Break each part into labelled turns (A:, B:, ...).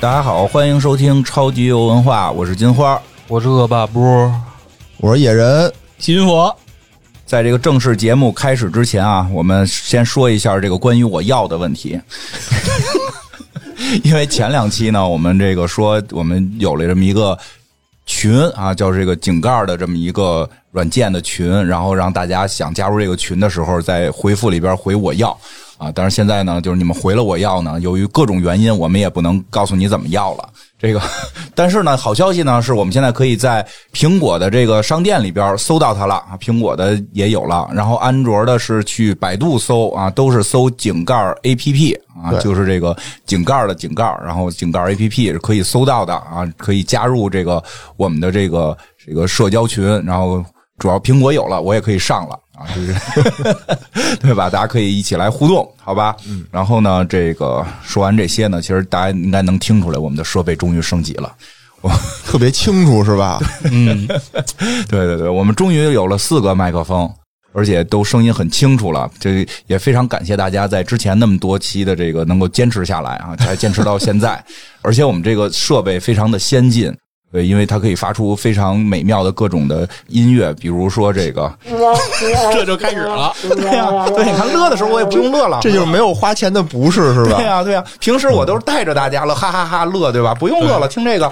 A: 大家好，欢迎收听超级游文化，我是金花。
B: 我是恶霸波，
C: 我是野人，
D: 秦佛，
A: 在这个正式节目开始之前啊，我们先说一下这个关于我要的问 题。因为前两期呢，我们这个说我们有了这么一个群啊，叫这个井盖的这么一个软件的群，然后让大家想加入这个群的时候，在回复里边回我要啊。但是现在呢，就是你们回了我要呢，由于各种原因，我们也不能告诉你怎么要了。这个， 但是呢，好消息呢是我们现在可以在苹果的这个商店里边搜到它了啊，苹果的也有了，然后安卓的是去百度搜啊，都是搜井盖 APP 啊，
C: 对
A: 就是这个井盖的井盖，然后井盖 APP 是可以搜到的啊，可以加入这个我们的这个这个社交群，然后主要苹果有了，我也可以上了啊，就是 对吧？大家可以一起来互动，好吧？嗯。然后呢，这个说完这些呢，其实大家应该能听出来，我们的设备终于升级了。
C: 特别清楚是吧？嗯
A: 对对对，我们终于有了四个麦克风，而且都声音很清楚了。这也非常感谢大家在之前那么多期的这个能够坚持下来啊，才坚持到现在。 而且我们这个设备非常的先进，对，因为它可以发出非常美妙的各种的音乐，比如说这个，
D: 这就开始了。
A: 对呀、
D: 啊
A: 对，你看乐的时候我也不用乐了，
C: 这就是没有花钱的不是是
A: 啊对啊
C: 吧？
A: 呀、对呀、平时我都是带着大家乐，哈哈哈乐，对吧？不用乐了，听这个，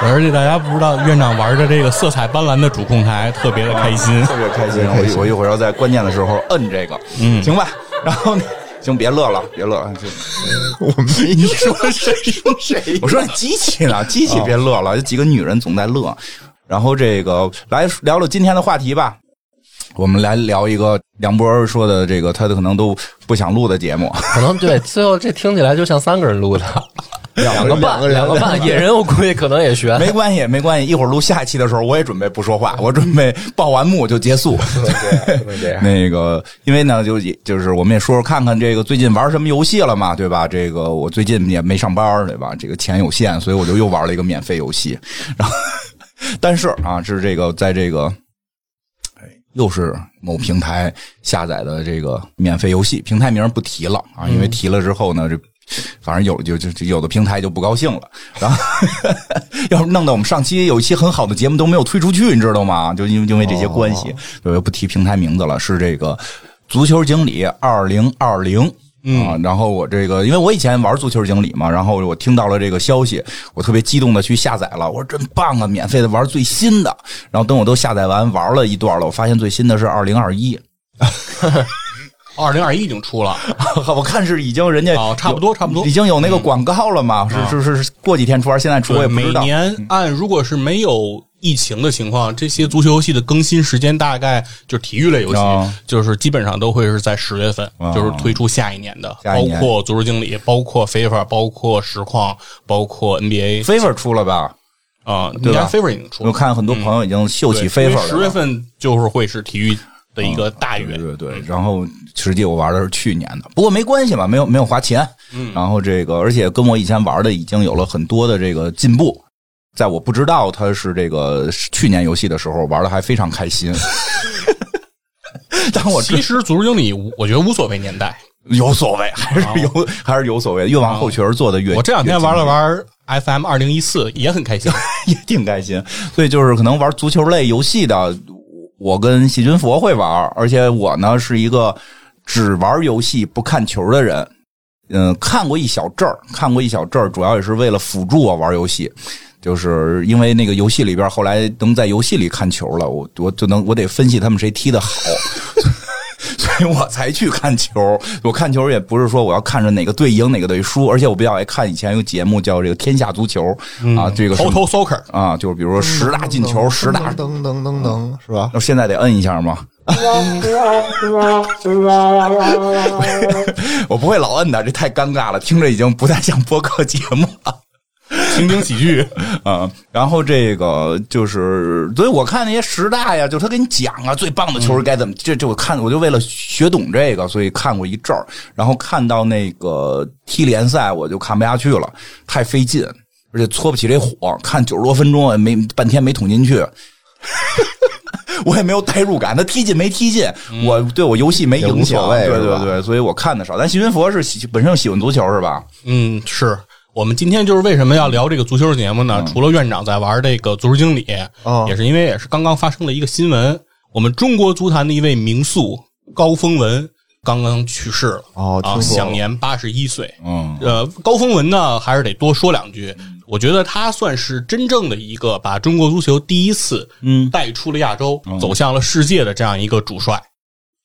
D: 而且大家不知道，院长玩着这个色彩斑斓的主控台，特别的开心。
A: 特别开心。我一我一会儿要在关键的时候摁这个，嗯，行吧。 然后呢，行，别乐了，别乐了。就
C: 我们没说
D: 谁说谁？
A: 我说你机器呢？ 哦机器别乐了，有几个女人总在乐。然后这个来聊聊今天的话题吧，我们来聊一个梁博说的这个他可能都不想录的节目。
B: 可能对，最后这听起来就像三个人录的，
C: 两
B: 两个 半，
C: 个人
B: 两个半，野人我估计可能也学，
A: 没关系，没关系。一会儿录下一期的时候，我也准备不说话，我准备报完幕就结束。 那个，因为呢，就也就是我们也说说看看这个最近玩什么游戏了嘛，对吧？这个我最近也没上班，对吧？这个钱有限，所以我就又玩了一个免费游戏。然后， 但是啊，是这个在这个，哎，又是某平台下载的这个免费游戏，平台名不提了啊，因为提了之后呢，这反正有就就就有的平台就不高兴了，然后 要是弄到我们上期有一期很好的节目都没有推出去，你知道吗？就因为因为这些关
D: 哦
A: 系，对，不提平台名字了，是这个足球经理二零二零。
D: 嗯
A: 啊，然后我这个，因为我以前玩足球经理嘛，然后我听到了这个消息，我特别激动的去下载了，我说真棒啊，免费的玩最新的。然后等我都下载完玩了一段了，我发现最新的是二零二一，
D: 二零二一已经出了，
A: 我看是已经人家
D: 哦差不多
A: 有
D: 差不多嗯
A: 已经有那个广告了嘛，是是是是过几天出还是现在出我也不
D: 每
A: 知道。
D: 年按如果是没有疫情的情况，这些足球游戏的更新时间大概就是体育类游戏
A: 哦，
D: 就是基本上都会是在十月份，就是推出下一年的，
A: 下一
D: 包
A: 年
D: 括足球经理，包括 FIFA，包括实况，包括 NBA
A: favor 出了吧？
D: 啊，
A: 对
D: 应该
A: 吧
D: FIFA 已经出
A: 我
D: 了。
A: 看很多朋友已经秀起 favor 来了。
D: 十月份就是会是体育的一个大
A: 对
D: 月，
A: 对对，然后实际我玩的是去年的，不过没关系嘛，没有没有花钱。嗯，然后这个，而且跟我以前玩的已经有了很多的这个进步，在我不知道它是这个去年游戏的时候玩的还非常开 心。但我知
D: 其实足球经理，我觉得无所谓年代。
A: 有所谓，还是有、还是有所谓，越往后确实做的越。
D: 啊我这两天
A: 越
D: 玩了
A: 精
D: 玩 FM 二零一四，也很 开心。
A: 也挺开心。所以就是可能玩足球类游戏的，我我跟细菌佛会玩，而且我呢是一个只玩游戏不看球的人。嗯，看过一小阵儿，看过一小阵儿，主要也是为了辅助我玩游戏。就是因为那个游戏里边，后来能在游戏里看球了，我我就能我得分析他们谁踢得好， 所以我才去看球。我看球也不是说我要看着哪个队赢哪个队输，而且我比较爱看以前有个节目叫这个《天下足球》啊，这个是
D: 嗯头头 soccer，
A: 啊，就是比如说十大进球，十大，
C: 噔噔噔噔是吧？
A: 那现在得摁一下吗？ 我不会老摁的，这太尴尬了，听着已经不太像播客节目了。
D: 情景喜 剧，
A: 啊，然后这个就是，所以我看那些十大呀，就是他给你讲啊，最棒的球是该怎么，这这我看我就为了学懂这个，所以看过一阵儿，然后看到那个踢联赛我就看不下去了，太费劲，而且搓不起这火，看九十多分钟也没半天没捅进去。 我也没有代入感，他踢进没踢进，我对我游戏没
C: 嗯也无
A: 影响，
C: 所谓
A: 对
C: 是
A: 对
C: 吧
A: 对，所以我看的少。但西云佛是喜本身就喜欢足球是吧？
D: 嗯，是我们今天就是为什么要聊这个足球节目呢？除了院长在玩这个足球经理，
C: 嗯哦
D: 也是因为也是刚刚发生了一个新闻，我们中国足坛的一位名宿高峰文刚刚去世了，
C: 哦听
D: 啊，
C: 说
D: 享年八十一岁。
A: 嗯，
D: 呃，高峰文呢，还是得多说两句。我觉得他算是真正的一个把中国足球第一次
A: 嗯
D: 带出了亚洲，
C: 嗯
D: 走向了世界的这样一个主帅。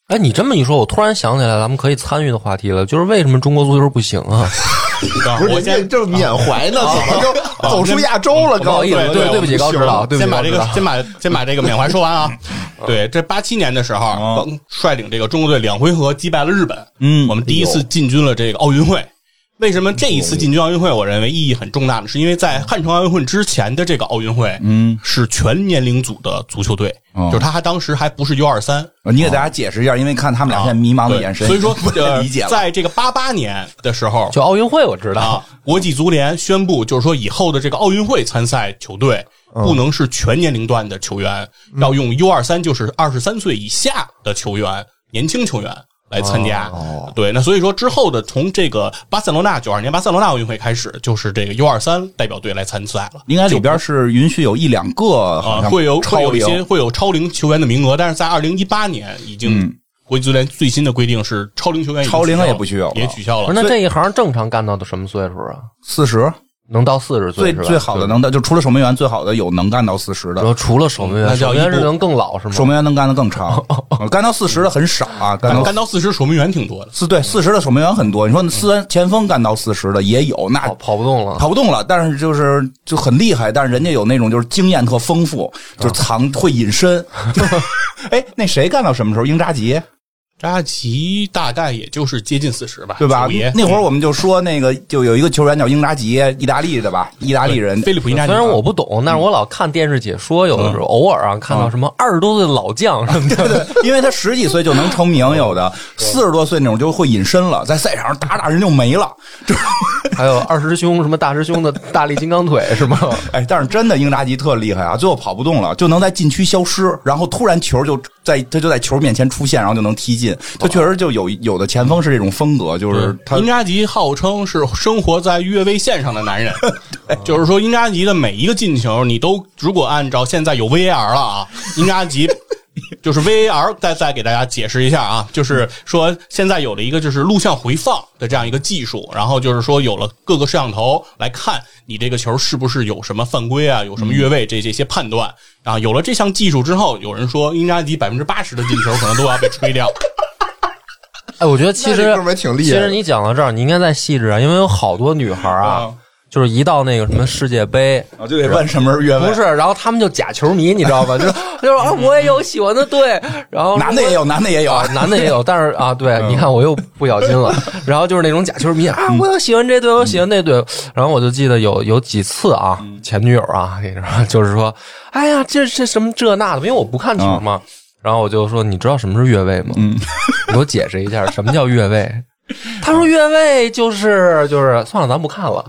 B: 哎，你这么一说，我突然想起来，咱们可以参与的话题了，就是为什么中国足球不行啊？
C: 不是
D: 我先
C: 您这正缅怀呢，怎么就走出亚洲了？
B: 不好
C: 刚
B: 意思，对对不起，高指导，对不
D: 先
B: 起，
D: 把这个
B: 高指导
D: 先把先把这个缅怀说 完啊。对，这八七年的时候，
A: 哦
D: 帮率领这个中国队两回合击败了日本，
A: 嗯
D: 我们第一次进军了这个奥运会。为什么这一
A: 哦
D: 次进军奥运会，我认为意义很重大呢？是因为在汉城奥运会之前的这个奥运会，
A: 嗯，
D: 是全年龄组的足球队，
A: 哦
D: 就是他当时还不是 U 二三，
A: 呃
D: 啊
A: 你给大家解释一下，因为看他们俩现在迷茫的眼神，
D: 哦所以说
A: 不太理解
D: 呃
A: 了。
D: 在这个八八年的时候，
B: 就奥运会我知道，
D: 啊，国际足联宣布，就是说以后的这个奥运会参赛球队
A: 嗯
D: 不能是全年龄段的球员，要用 U 二三，就是二十三岁以下的球员，年轻球员来参加。
A: 哦
D: 对，那所以说之后的从这个巴塞罗那九二年巴塞罗那奥运会开始，就是这个 U 二三代表队来参赛了。
A: 应该里边是允许有一两个，好
D: 啊，
A: 像
D: 会有
A: 超
D: 会有一
A: 龄
D: 些会有超龄球员的名额，但是在二零一八年已经国际足联最新的规定是超龄球员已
A: 嗯
D: 经
A: 超龄
D: 取消
A: 也不许有了
D: 也取消
B: 不是
D: 了。
B: 那这一行正常干到的什么岁数啊？
A: 四十，
B: 能到四十岁
A: 最
B: 是吧？
A: 最好的能到，就除了守门员，最好的有能干到四十
B: 然
A: 的，
B: 后除了守门
D: 那
B: 员，守
D: 叫
B: 门员
D: 一步
B: 是能更老是吗？
A: 守门员能干的更长，呃干到四十的很少啊，干到
D: 哦干到四十守门员挺多的，
A: 四对四十的守门员很多，你说
D: 嗯
A: 四前锋干到四十的也有，那
C: 啊
D: 哦
B: 跑跑不动了。
A: 跑不动了，但是就是就很厉害，但是人家有那种就是经验特丰富，
D: 哦
A: 就是藏会隐身。 哎，那谁干到什么时候？英扎吉
D: 扎奇大概也就是接近四十吧，
A: 对吧
D: 九爷？
A: 那会儿我们就说那个就有一个球员叫英扎吉，意大利的吧，意大利人。
D: 菲利普伊纳
B: 虽
D: 尼。
B: 然我不懂，但是我老看电视解说，有的时候偶尔啊看到什么二十多岁的老将什么 的，
A: 因为他十几岁就能成名，有的四十多岁那种就会隐身了，在赛场上打打人就没了。
B: 还有二师兄什么大师兄的大力金刚腿是吗？
A: 哎，但是真的英扎吉特厉害啊，最后跑不动了，就能在禁区消失，然后突然球就在他就在球面前出现，然后就能踢进。他确实就有有的前锋是这种风格，就是他
D: 因扎吉号称是生活在越位线上的男 人，就是说因扎吉的每一个进球，你都如果按照现在有 VAR 了啊，因扎吉就是 VAR 再再给大家解释一下啊，就是说现在有了一个就是录像回放的这样一个技术，然后就是说有了各个摄像头来看你这个球是不是有什么犯规啊，有什么越
A: 嗯
D: 位这这些判断啊，有了这项技术之后，有人说因扎吉百分之八十的进球可能都要被吹掉。
B: 哎，我觉得其
C: 那
B: 实
C: 这哥们儿挺
B: 其
C: 厉害的
B: 实你讲到这儿，你应该再细致啊，因为有好多女孩啊
D: 嗯，
B: 就是一到那个什么世界杯。
A: 啊就得问什么是越
B: 不
A: 位。
B: 是，然后他们就假球迷，你知道吧？就 就是啊，我也有喜欢的队，然后
A: 男的也有，男的也有
B: 啊，，男的也有，但是啊，对，你看我又不小心了。然后就是那种假球迷啊，我有喜欢这队，我有喜欢那队。然后我就记得有有几次啊，前女友啊，你知道，就是说，哎呀，这这什么这那的，因为我不看球嘛。然后我就说，你知道什么是越位吗？你给我解释一下什么叫越位。他说越位就是就是算了，咱不看了，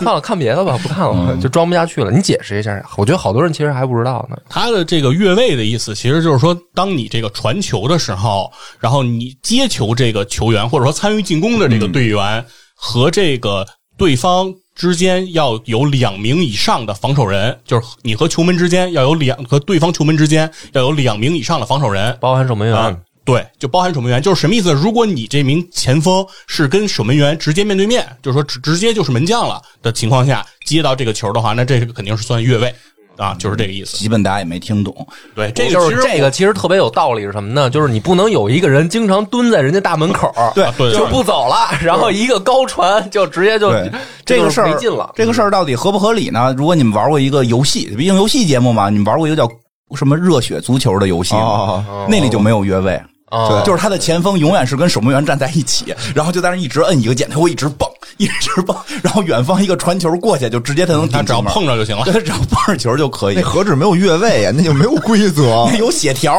B: 算了，看别的吧，不看了，就装不下去了。你解释一下，我觉得好多人其实还不知道呢。
D: 他的这个越位的意思，其实就是说，当你这个传球的时候，然后你接球这个球员，或者说参与进攻的这个队员和这个对方之间要有两名以上的防守人，就是你和球门之间要有两和对方球门之间要有两名以上的防守人
B: 包含守门员，
D: 啊。对，就包含守门员，就是什么意思？如果你这名前锋是跟守门员直接面对面，就是说直直接就是门将了的情况下接到这个球的话，那这个肯定是算越位啊，就是这个意思。
A: 基本大家也没听懂。
D: 对，这个
B: 就
D: 其
B: 是
D: 实
B: 这个其实特别有道理是什么呢？就是你不能有一个人经常蹲在人家大门口，
A: 对
D: 啊对
B: 就不走了，然后一个高传就直接就
A: 对
B: 这
A: 个
B: 就
A: 事儿
B: 没劲了。
A: 这个事儿到底合不合理呢？如果你们玩过一个游戏，毕竟游戏节目嘛，你们玩过一个叫什么热血足球的游戏
C: 哦
A: 吗，那里就没有越位。
B: 啊，
A: 就是他的前锋永远是跟守门员站在一起，然后就在那儿一直摁一个键，他会一直蹦，一直蹦，然后远方一个传球过去，就直接他能
D: 他
A: 顶
D: 只要
A: 进门，
D: 碰着就行了。
A: 对，他只要碰上球就可
C: 那
A: 以。，
C: 何止没有越位呀，那就没嗯有规则
A: 有血条，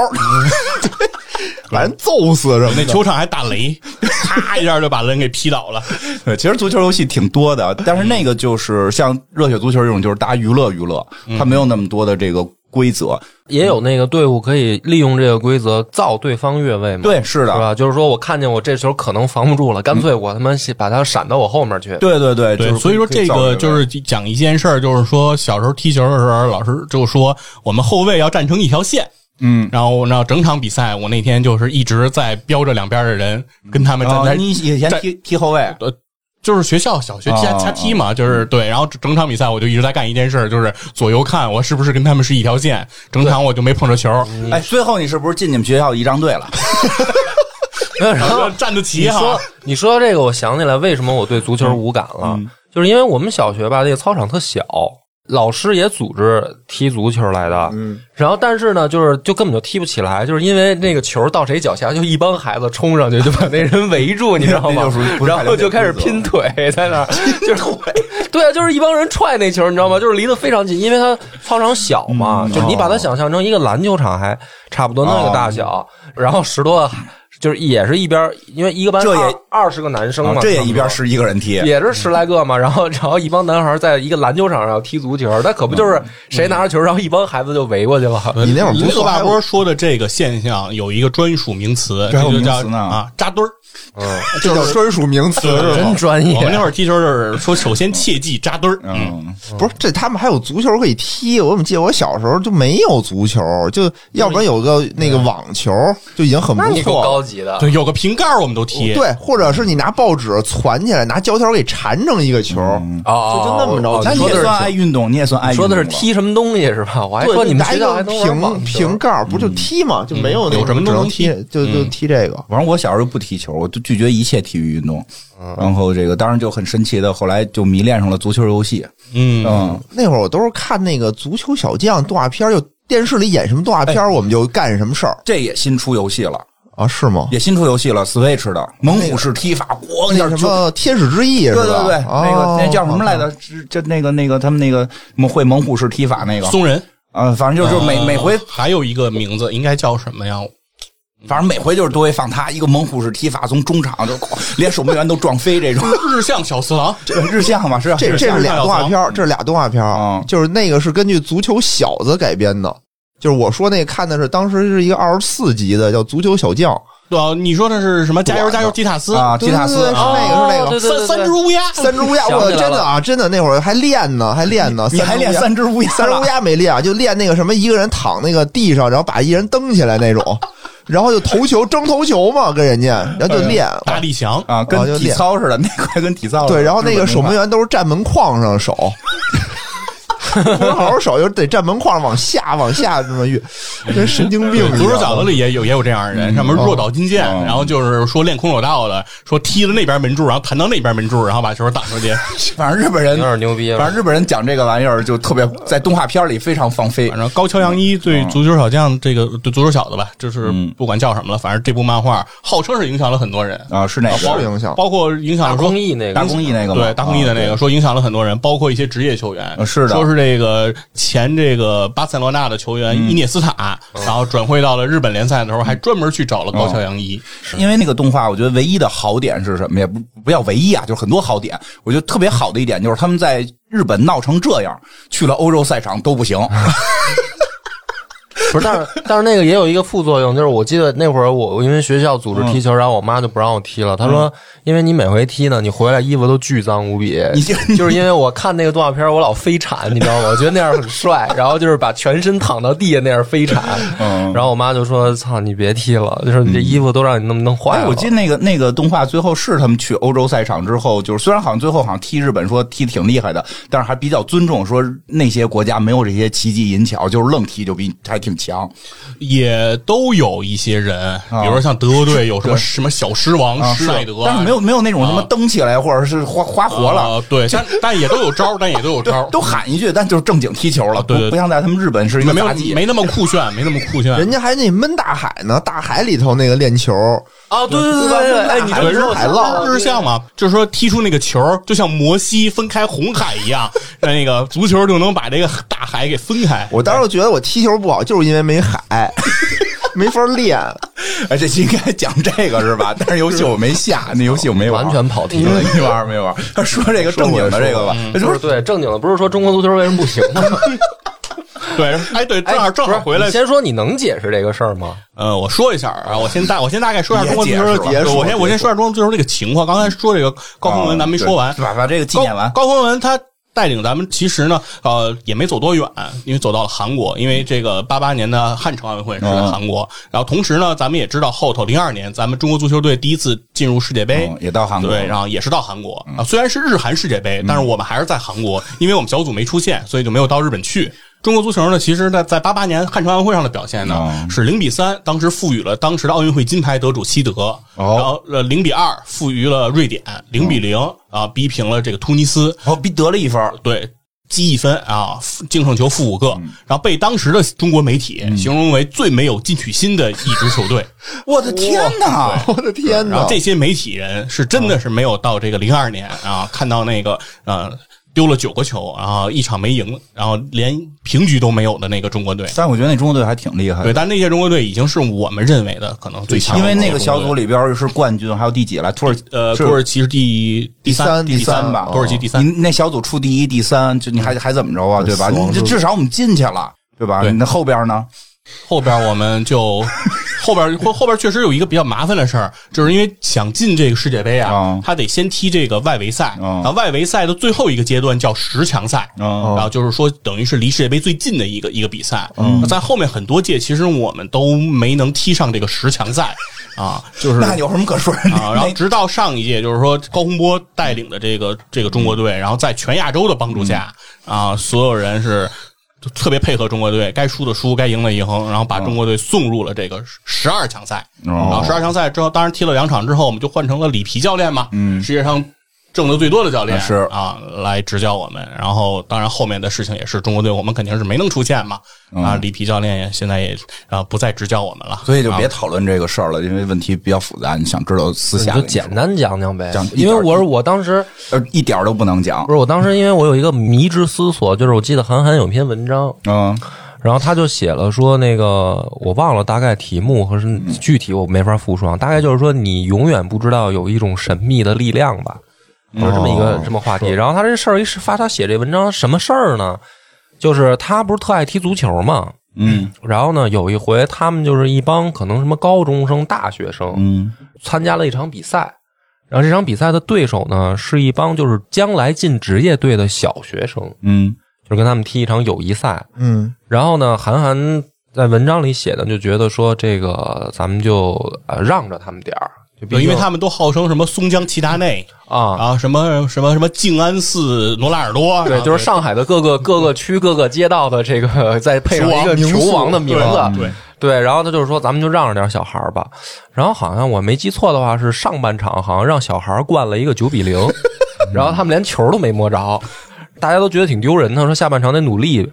C: 把人揍死什么
D: 那
C: 的。
D: 球场还打雷，啪一下就把人给劈 倒了。
A: 对，其实足球游戏挺多
C: 嗯
A: 的，但是那个就是像热血足球这种，就是大家娱乐娱乐，它没有那么多的这个规则。
B: 也有那个队伍可以利用这个规则造对方越位嘛？
A: 对，是
B: 是
A: 的，
B: 吧？就是说我看见我这球可能防不住了，干脆我他妈把它闪到我后面去。
A: 对对对，就
D: 对，
A: 是
D: 所以说
A: 可
D: 这
A: 造
D: 个
A: 个
D: 就是讲一件事儿，就是说小时候踢球的时候，老师就说我们后卫要站成一条线。
A: 嗯，
D: 然后然后整场比赛，我那天就是一直在标着两边的人，跟他们站
A: 哦
D: 在
A: 你以前
D: 在
A: 踢踢后卫，
D: 就是学校小学瞎
A: 啊
D: 瞎踢嘛，就是对。然后整场比赛我就一直在干一件事儿，就是左右看我是不是跟他们是一条线。整场我就没碰着球，
A: 哎，最后你是不是进你们学校仪仗队了？
B: 没 有然
D: 然
B: 后
D: 后站得齐
B: 你
D: 哈
B: 说。你说到这个，我想起来为什么我对足球无感了，
A: 嗯
B: 就是因为我们小学吧，那个操场特小，老师也组织踢足球来的，嗯，然后但是呢，就是就根本就踢不起来，就是因为那个球到谁脚下，就一帮孩子冲上去就把那人围住，你知道
A: 那就
B: 吗
A: 属于？不太
B: 然后就开始拼腿在 那儿，就是对啊，就是一帮人踹那球，你知道吗？就是离得非常近，因为它操场小
A: 嗯
B: 嘛，就是你把
A: 哦
B: 它想象成一个篮球场还差不多那个大
A: 啊
B: 小，然后十多个孩。就是也是一边儿，因为一个班
A: 这也
B: 二十个男生嘛，
A: 啊这也一边
B: 差
A: 十一个人踢
B: 不多，也是十来个嘛，然后然后一帮男孩在一个篮球场上踢足球，那可不就是谁拿着球，然后一帮孩子就围过去了。
A: 嗯
C: 你那会儿足
D: 刘
C: 球
D: 呃大
C: 还有
D: 波说的这个现象有一个专属名词，
A: 专
D: 这
A: 属
D: 就
A: 名
D: 叫
A: 词呢
D: 啊扎堆儿。
C: 这叫专属名词，是吧
B: 真专业
D: 我们那会儿踢球就是说，首先切记扎堆儿。嗯，
A: 嗯，
C: 不是，这他们还有足球可以踢。我怎么记得我小时候就没有足球，就要不然有个那个网球就已经很
B: 那
C: 不
B: 你够
C: 错
B: 高
C: 了。
B: 级的，
D: 对，有个瓶盖儿我们都踢。
C: 哦对，或者是你拿报纸攒起来，拿胶条给缠成一个球，
B: 哦，
C: 就那么着
B: 哦
A: 那
C: 咱
B: 你
A: 你
B: 说
A: 也
B: 的是
A: 算爱运动，你也算爱
B: 你
A: 运
B: 说
A: 动
B: 的是
A: 了
B: 踢什么东西是吧？我还
C: 对，
B: 说你们
C: 拿
B: 学
C: 一
B: 校还
C: 个
B: 能玩网
C: 瓶
B: 球啊
C: 瓶盖儿，不就踢嘛，就没有那
D: 有什么
C: 种
D: 都
C: 只
D: 能
C: 能踢，就就踢这个。
A: 反正我小时候不踢球，我就拒绝一切体育运动。
C: 嗯
A: 然后这个当然就很神奇的，后来就迷恋上了足球游戏。
D: 嗯，
A: 嗯，
C: 那会儿我都是看那个《足球小将》动画片儿，就电视里演什么动画片儿，我们就干什么事儿
A: 这也新出游戏了，
C: 啊？是吗？
A: 也新出游戏了，Switch 的猛虎式踢法，咣一
C: 那
A: 下
C: 什
A: 就。
C: 么《天使之翼》
A: 对
C: 是
A: 对
C: 吧？
A: 对，那
C: 哦
A: 个那叫什么来着？是就那个那个他们那个什么会猛虎式踢法那个，
D: 松人
A: 嗯，反正就是每
D: 呃
A: 每回，
D: 还有一个名字应该叫什么呀？
A: 反正每回就是都会放他一个猛虎式踢法，从中场就哐连守门员都撞飞这种。
D: 日向小次郎。
A: 这日向嘛是吧
C: 这
D: 是
C: 这
D: 像
C: 是
D: 大
C: 俩
D: 小
C: 动画
D: 藏
C: 片儿，这是俩动画片儿
A: 嗯，
C: 就是那个是根据《足球小子》改编的，就是我说那个看的是当时是一个二十四集的，叫《足球小将》
D: 对啊，你说的是什么？加油
C: 短的
D: 加油，吉塔斯！哦
A: 啊，吉塔
C: 对
A: 斯
C: 对对是那个是那个
B: 哦对对对
D: 三
B: 对
D: 三只乌鸦，
C: 三只乌鸦，
B: 想
C: 我
B: 起来
C: 真的
B: 了
C: 啊，真的那会儿还练呢，还练呢，
A: 你还练
C: 三
A: 三只乌鸦
C: 只乌鸦？三只乌鸦没练啊，就练那个什么一个人躺那个地上，然后把一人蹬起来那种，然后就投球争投球嘛，跟人家，然后就练。
D: 大力翔
A: 啊，
C: 哦就
A: 跟体
C: 练
A: 操似的，那块跟体操似的
C: 对，然后那个守门员都是站门框上手，不是好好守，就是得站门框往下往下这么越，跟神经病一样。
D: 足球小子里也有也有这样的人，上面弱岛金剑，
A: 嗯
D: 然后就是说练空手道的，说踢了那边门柱，然后弹到那边门柱，然后把球挡出去。
A: 反正日本人
B: 有点牛逼了
A: 反正日本人讲这个玩意儿就特别在动画片里非常放飞
D: 反。正高桥阳一对足球小将这个对足球小子吧，就是
A: 嗯
D: 不管叫什么了，反正这部漫画号称是影响了很多人，
A: 啊，是那
C: 啊
A: 个
C: 是影响。
D: 包括影响
B: 大
D: 了说
B: 公益那个
A: 达公益那个吗？
D: 对大空翼的那
A: 啊
D: 个，说影响了很多人，包括一些职业球员
A: 呃，是的
D: 说是这个前这个巴塞罗那的球
A: 嗯
D: 员伊涅斯塔，然后转会到了日本联赛的时候，还专门去找了高桥阳一，
A: 对因为那个动画，我觉得唯一的好点是什么？也不不要唯一啊，就是很多好点。我觉得特别好的一点就是他们在日本闹成这样，去了欧洲赛场都不行。
B: 不是，但是但是那个也有一个副作用，就是我记得那会儿我因为学校组织踢球，然后我妈就不让我踢了。她说，因为你每回踢呢，你回来衣服都巨脏无比，
A: 你这
B: 就是因为我看那个动画片，我老飞铲，你知道吗？我觉得那样很帅， 然后就是把全身躺到地下那样飞铲。
A: 嗯
B: 然后我妈就说：“操，你别踢了，就是你这衣服都让你弄弄坏
A: 哎，
B: 了。
A: 我记得那个那个动画最后是他们去欧洲赛场之后，就是虽然好像最后好像踢日本说踢挺厉害的，但是还比较尊重说那些国家没有这些奇技淫巧，就是愣踢就比还挺强。
D: 也都有一些人，比如说像德国队有什么什么小狮王施耐德啊，
A: 但啊是没有没有那种什么蹬起来或者是花花活了，
D: 啊，对，但但也都有招儿，但也都有
A: 对
D: 招儿，
A: 都喊一句，但就是正经踢球了，
D: 对对
A: 不不像在他们日本是一个
D: 没有
A: 杂技。
D: 没那么酷炫，没那么酷炫。
C: 人家还那闷大海呢，大海里头那个练球，
B: 啊，对对对对对，哎，你这
D: 对
B: 么
D: 日
B: 说我
C: 海
B: 想起来
C: 浪
A: 哦
B: 了
D: 日向嘛，就是说踢出那个球儿，就像摩西分开红海一样，那个足球就能把这个大海给分开。
C: 我当时觉得我踢球不好，就是因为没海， 没法练。
A: 哎，这期应该讲这个是 吧？但是游戏我没下，那游戏我没玩，
B: 完全跑题了
A: 嗯没玩没玩。说这个正经的这个吧，
D: 嗯
B: 不
A: 就是是
B: 对正经的，不是说中国足球为什么不行吗？
D: 对，哎，对，正好
B: 哎
D: 正
B: 不
D: 好
B: 是
D: 回来
B: 你，先说你能解释这个事儿吗？
D: 呃，我说一下啊，我先大我先大概说一下
A: 别
D: 中国
A: 解
D: 足球
A: 释
D: 的
A: 了
D: 对
A: 别说
D: 我先我
A: 别
D: 先说一下中国足球这个情况。刚才说这个高洪文咱没说完
A: 哦对，把把这个纪
D: 高
A: 念完。
D: 高洪文他带领咱们，其实呢，呃，也没走多远，因为走到了韩国，因为这个八八年的汉城奥运会是在
A: 嗯
D: 韩国。然后同时呢，咱们也知道后头零二年咱们中国足球队第一次进入世界杯，
A: 嗯也到韩国
D: 哎
A: 嗯
D: 对，然后也是到韩国啊，虽然是日韩世界杯，但是我们还是在韩国，因为我们小组没出线，所以就没有到日本去。中国足球呢，其实在在八八年汉城奥运会上的表现呢
A: 哦
D: 是零比三，当时赋予了当时的奥运会金牌得主西德，
A: 哦
D: 然后呃零比二赋予了瑞典，零比零啊逼平了这个突尼斯，
A: 哦，逼得了一分儿，
D: 对，积一分啊，负净胜球负五个，
A: 嗯
D: 然后被当时的中国媒体形容为最没有进取心的一支球队。
A: 我的天哪！
C: 我的天
D: 然
C: 哪
D: 后！这些媒体人是真的是没有到这个零二年啊，看到那个呃丢了九个球，然后一场没赢，然后连平局都没有的那个中国队。
A: 但我觉得那中国队还挺厉害的
D: 对，。但那些中国队已经是我们认为的可能最强的
A: 因为
D: 中国队了，
A: 那个小组里边是冠军，还有第几来？土耳
D: 呃，
A: 是
D: 土耳其是第第三，
C: 第三
D: 第
C: 第三
D: 吧，
C: 哦
D: 土耳其第三嗯
A: 你。那小组出第一、第三，就你还还怎么着啊？对吧？
C: 死亡
A: 你这
C: 之
A: 至少我们进去了，对吧？
D: 对
A: 那后边呢？
D: 后边我们 就后边后后边确实有一个比较麻烦的事儿，就是因为想进这个世界杯啊
A: 啊，
D: 他得先踢这个外围赛，
A: 啊
D: 然后外围赛的最后一个阶段叫十强赛。
A: 嗯
D: 然后就是说，等于是离世界杯最近的一个一个比赛。
A: 嗯
D: 在后面很多届，其实我们都没能踢上这个十强赛啊，就是
A: 那有什么可说的？
D: 啊，然后
A: 那
D: 直到上一届，就是说高洪波带领的这个这个中国队，然后在全亚洲的帮助下，
A: 嗯
D: 啊，所有人是就特别配合中国队，该输的输，该赢的赢，然后把中国队送入了这个十二强赛。
A: 哦
D: 然后十二强赛之后，当然踢了两场之后，我们就换成了里皮教练嘛，嗯，世界上。挣得最多的教练
A: 啊是
D: 啊，来执教我们。然后，当然后面的事情也是中国队，我们肯定是没能出现嘛。啊，里皮教练也现在也啊不再执教我们了，
A: 嗯
D: 啊
A: 所以就别讨论这个事儿了，因为问题比较复杂。你想知道私
B: 你
A: 下
B: 就
A: 跟你说
B: 简单讲讲呗
A: 讲一，点
B: 因为我是我当时
A: 呃一点儿都不能讲
B: 不。是我当时，因为我有一个迷之思索，就是我记得韩寒有篇文章，
A: 嗯
B: 然后他就写了说那个我忘了大概题目和是具体我没法复述啊，大概就是说你永远不知道有一种神秘的力量吧，就是这么一
A: 哦
B: 个这么话题。然后他这事儿一是发，他写这文章什么事儿呢？就是他不是特爱踢足球嘛，
A: 嗯
B: 然后呢有一回他们就是一帮可能什么高中生、大学生
A: 嗯
B: 参加了一场比赛。然后这场比赛的对手呢，是一帮就是将来进职业队的小学生，
A: 嗯
B: 就是跟他们踢一场友谊赛。
C: 嗯，
B: 然后呢，韩寒在文章里写的就觉得说，这个咱们就呃让着他们点儿，就毕
D: 对，
B: 竟
D: 因为他们都号称什么松江齐达内，
B: 啊，
D: 啊，什么什么什么静安寺罗纳尔多，啊
B: 对，就是上海的各个各个区、各个街道的这个再配上一个
C: 球王名
B: 球王的名字，
D: 对，
B: 对。然后他就是说，咱们就让着点小孩儿吧。然后好像我没记错的话，是上半场好像让小孩儿灌了一个九比零，然后他们连球都没摸着，大家都觉得挺丢人的，说下半场得努力。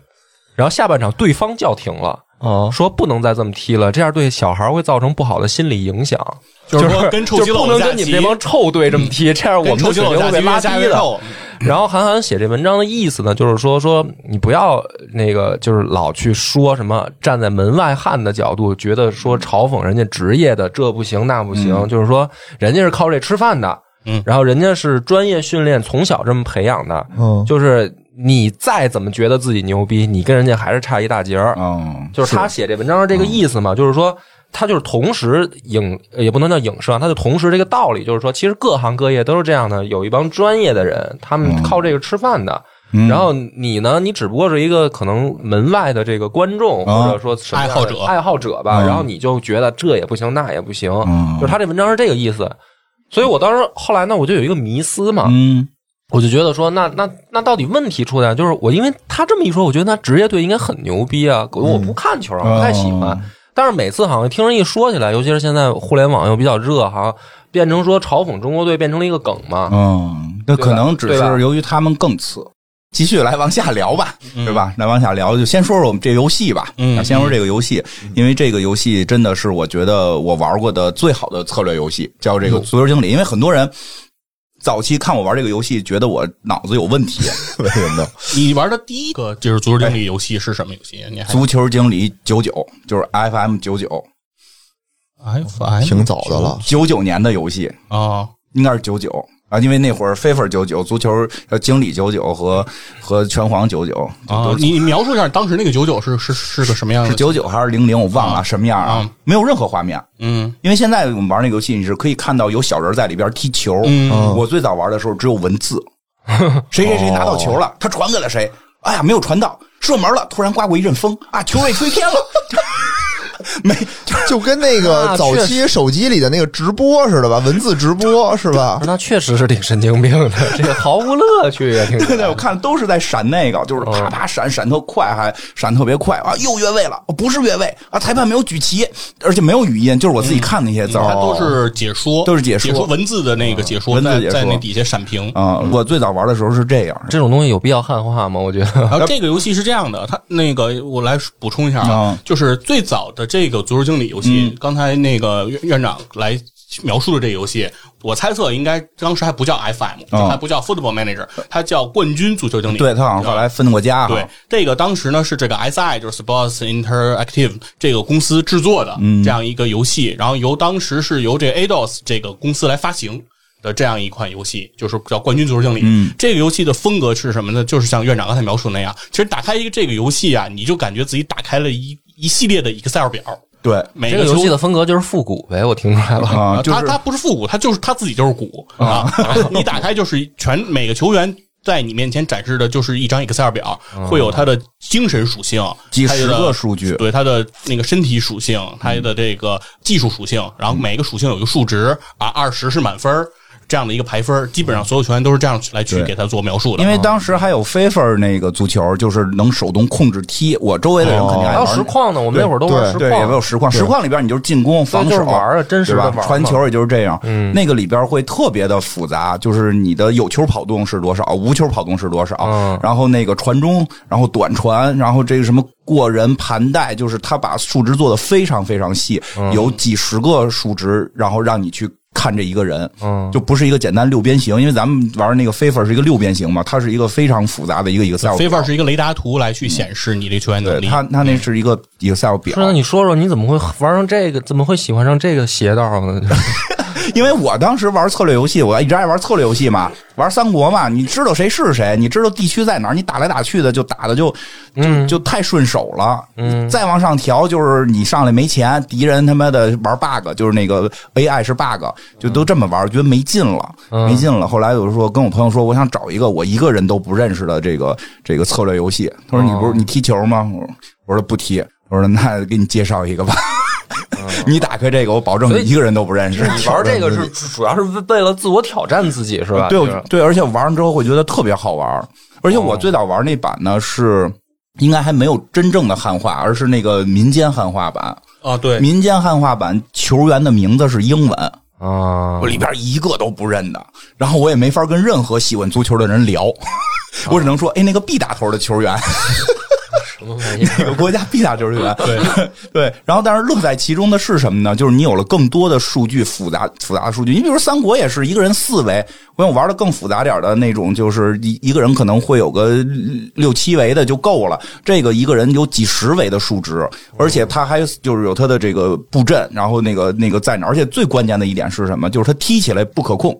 B: 然后下半场对方叫停了。
D: 啊
C: 哦，
B: 说不能再这么踢了，这样对小孩会造成不好的心理影响。
D: 就是说跟臭
B: 就
D: 鸡
B: 是
D: 肉
B: 不能跟你们这帮臭队这么踢，这样我们
D: 跟臭
B: 的
D: 鸡
B: 水
D: 肉
B: 平
D: 下
B: 会被
D: 棋
B: 拉
D: 越下
B: 低
D: 越
B: 的。
D: 臭，
B: 然后韩寒写这文章的意思呢，就是说说你不要那个，就是老去说什么站在门外汉的角度，觉得说嘲讽人家职业的这不行那不行，就是说人家是靠这吃饭的，
D: 嗯
B: 然后人家是专业训练，从小这么培养的，
C: 嗯，
B: 就是你再怎么觉得自己牛逼，你跟人家还是差一大截儿。
A: 嗯，
B: 就是他写这文章是这个意思嘛，就是说他就是同时影呃也不能叫影射啊，他就同时这个道理，就是说其实各行各业都是这样的，有一帮专业的人，他
A: 嗯
B: 们靠这个吃饭的。然后你呢？你只不过是一个可能门外的这个观众，
A: 啊
B: 或者说什么样的
D: 爱好者
B: 爱好者吧。
A: 嗯
B: 然后你就觉得这也不行，那也不行，
A: 嗯
B: 就是他这文章是这个意思。所以我当时后来呢，我就有一个迷思嘛，
A: 嗯
B: 我就觉得说，那那那到底问题出在就是我，因为他这么一说，我觉得那职业队应该很牛逼啊！我不看球啊，
A: 嗯
B: 不太喜欢。
A: 哦
B: 但是每次好像听人一说起来，尤其是现在互联网又比较热，好像变成说嘲讽中国队变成了一个梗嘛。
A: 嗯，那
B: 对
A: 可
B: 吧
A: 能只
B: 对吧
A: 是由于他们更次。继续来往下聊吧，
C: 嗯
A: 对吧？来往下聊，就先说说我们这游戏吧。
D: 嗯
A: 啊先说这个游戏，
C: 嗯
A: 因为这个游戏真的是我觉得我玩过的最好的策略游戏，叫这
C: 嗯
A: 个足球经理。因为很多人早期看我玩这个游戏，觉得我脑子有问题。
C: 为什么呢？
D: 你玩的第一个就是足球经理游戏是什么游戏？啊你还
A: 足球经理九九就是 FM 九九
D: F M
C: 哎挺早的了，
A: 九九年的游戏，
D: 啊
A: 应该是九九啊，因为那会儿 FIFA 九九、足球呃经理九九和和拳皇九九
D: 啊，你描述一下当时那个九九是是是个什么样
A: 是
D: 的？
A: 九九还是零零，我忘了什么样啊
D: 啊，
A: 没有任何画面。
D: 嗯，
A: 因为现在我们玩那个游戏，你是可以看到有小人在里边踢球。
D: 嗯
A: 我最早玩的时候只有文 字，谁谁谁拿到球
D: 哦
A: 了，他传给了谁？哎呀，没有传到，射门了，突然刮过一阵风啊，球被吹偏了。 没，
C: 就跟那个
B: 啊
C: 早
B: 确
C: 期手机里的那个直播似的吧，文字直播是吧？
B: 那确实是挺神经病的，这个毫无乐趣啊也挺。
A: 对对，我看都是在闪那个，就是啪啪闪，闪特快，还闪特别快啊！又越位了，哦不是越位啊！裁判没有举旗，而且没有语音，就是我自己看那些字儿，哦
D: 它嗯都是解说，
A: 都是解说
D: 说文字的那个解说，
A: 文字
D: 在
A: 解说
D: 在那底下闪屏。
A: 啊。我最早玩的时候是这样，
B: 这种东西有必要汉化吗？我觉得。
D: 然后这个游戏是这样的，它那个我来补充一下
A: 啊嗯
D: 啊，就是最早的这个足球经理游戏，刚才那个院院长来描述的这个游戏，我猜测应该当时还不叫 FM，、
A: 啊
D: 还不叫 Football Manager，它叫冠军足球经理。
A: 对他好像后来分过
B: 啊
A: 家哈，
D: 对，这个当时呢是这个 SI 就是 Sports Interactive 这个公司制作的
B: 嗯
D: 这样一个游戏，然后由当时是由这个 ADOS 这个公司来发行。的这样一款游戏，就是叫《冠军足球经理》。嗯，这个游戏的风格是什么呢？就是像院长刚才描述那样，其实打开一个这个游戏啊，你就感觉自己打开了一一系列的 Excel 表，
A: 对
D: 每
B: 这个游
D: 球
B: 戏的风格就是复古呗，我听出来了。
A: 啊，就
D: 他
A: 是
D: 他不是复古，他就是他自己就是鼓啊。 你打开就是全每个球员在你面前展示的就是一张 Excel 表，会有他的精神属性，
A: 嗯几十
D: 他
A: 个
D: 的
A: 数据，
D: 对他的那个身体属性，他的这个技术属性，然后每个属性有一个数值啊，二十是满分儿这样的一个排分儿，基本上所有球员都是这样来去
A: 对
D: 给他做描述的。啊
A: 因为当时还有 FIFA 那个足球，就是能手动控制踢，我周围的人肯定
B: 还
A: 爱
D: 哦
B: 有
A: 玩
B: 实
A: 那。
B: 况呢，我们那会儿都玩实
A: 对，也
B: 况
A: 没。有实况，实况里边你就是进攻、防守，
B: 就是玩啊真实
A: 对
B: 的
A: 吧
B: 玩嘛嗯
A: 传球也就是这样。那个里边会特别的复杂，就是你的有球跑动是多少，无球跑动是多少，
B: 嗯
A: 然后那个传中，然后短传，然后这个什么过人、盘带，就是他把数值做的非常非常细，
B: 嗯
A: 有几十个数值，然后让你去。看这一个人，
B: 嗯
A: 就不是一个简单六边形，因为咱们玩那个 FIFA 是一个六边形嘛，它是一个非常复杂的一个 Excel
D: 非
A: 表。
D: 法是一个雷达图来去显示你这球员能
A: 对
D: 力。
A: 它，它那是一个 Excel 表。
B: 是，那你说说你怎么会玩上这个？怎么会喜欢上这个邪道呢？
A: 因为我当时玩策略游戏，我一直爱玩策略游戏嘛，玩三国嘛，你知道谁是谁，你知道地区在哪儿，你打来打去的就打的就
B: 嗯
A: 就就太顺手了。嗯，再往上调就是你上来没钱，敌人他妈的玩 bug，就是那个 AI 是 bug，就都这么玩，觉得没劲了，
B: 嗯
A: 没劲了。后来我就说跟我朋友说，我想找一个我一个人都不认识的这个这个策略游戏。他说你
B: 哦
A: 不是你踢球吗？我说我说不踢。我说那给你介绍一个吧。 你打开这个，我保证
B: 哦所以
A: 你一个人都不认识。
B: 你玩这个是主要是为了自我挑战自己是吧？
A: 对，我
B: 就是哦
A: 对，而且玩完之后会觉得特别好玩儿。而且我最早玩那版呢是。应该还没有真正的汉化，而是那个民间汉化版。
D: 啊，对，
A: 民间汉化版球员的名字是英文，
B: 啊
A: 我，里边一个都不认的。然后我也没法跟任何喜欢足球的人聊， 我只能说，哎，那个 B 打头的球员，
B: 什么玩意儿？
A: 那个国家 B 大球员，对 对。然后，但是乐在其中的是什么呢？就是你有了更多的数据复杂复杂的数据。你比如三国也是一个人四维，我想玩的更复杂点的那种，就是一一个人可能会有个六七维的就够了。这个一个人有几十维的数值，而且他还就是有他的这个布阵，然后那个那个在哪儿？而且最关键的一点是什么？就是他踢起来不可控。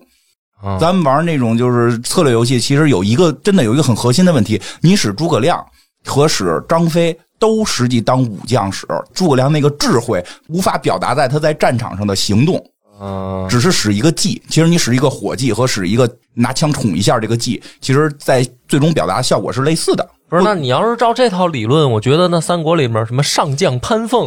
B: 嗯
A: 咱们玩那种就是策略游戏，其实有一个真的有一个很核心的问题：你使诸葛亮和使张飞都实际当武将使，诸葛亮那个智慧无法表达在他在战场上的行动，
B: 嗯，
A: 只是使一个计。其实你使一个火计和使一个拿枪捅一下这个计，其实在最终表达效果是类似的。
B: 不是，那你要是照这套理论，我觉得那三国里面什么上将潘凤，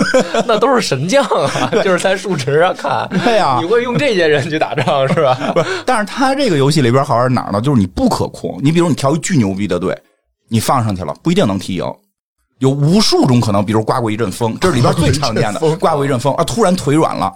B: 那都是神将啊，就是在数值上看。
A: 对啊
B: 你会用这些人去打仗是吧？
A: 不是，但是他这个游戏里边好玩哪儿呢？就是你不可控。你比如你调一巨牛逼的队，你放上去了不一定能踢赢，哦有无数种可能。比如刮过一阵风，这是里边最常见的
C: 风，
A: 刮过一阵风啊，突然腿软了，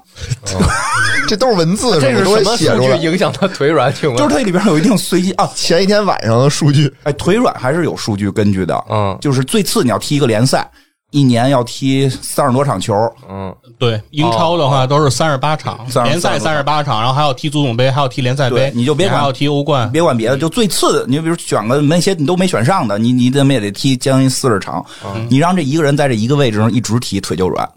C: 这都是文字
B: 这
C: 是
B: 是什
C: 吧？都
B: 么
C: 得写
B: 数
C: 出
B: 据
C: 来。
B: 影响他腿软？请问
A: 就是它里边有一定随机啊。
C: 前一天晚上的数据，
A: 哎，腿软还是有数据根据的，
B: 嗯
A: 就是最次你要踢一个联赛，一年要踢三十多场球，
B: 嗯，
D: 对，英超的
B: 哦
D: 话都是三十八场，
A: 32
D: 联赛三十八场，然后还要踢足总杯，还要踢联赛
A: 对
D: 杯，
A: 你就别管
D: 还要踢欧冠。
A: 别管别的，就最次的，你就比如选个那些你都没选上的，你你怎么也得踢将近四十场，你让这一个人在这一个位置上一直踢，腿就软。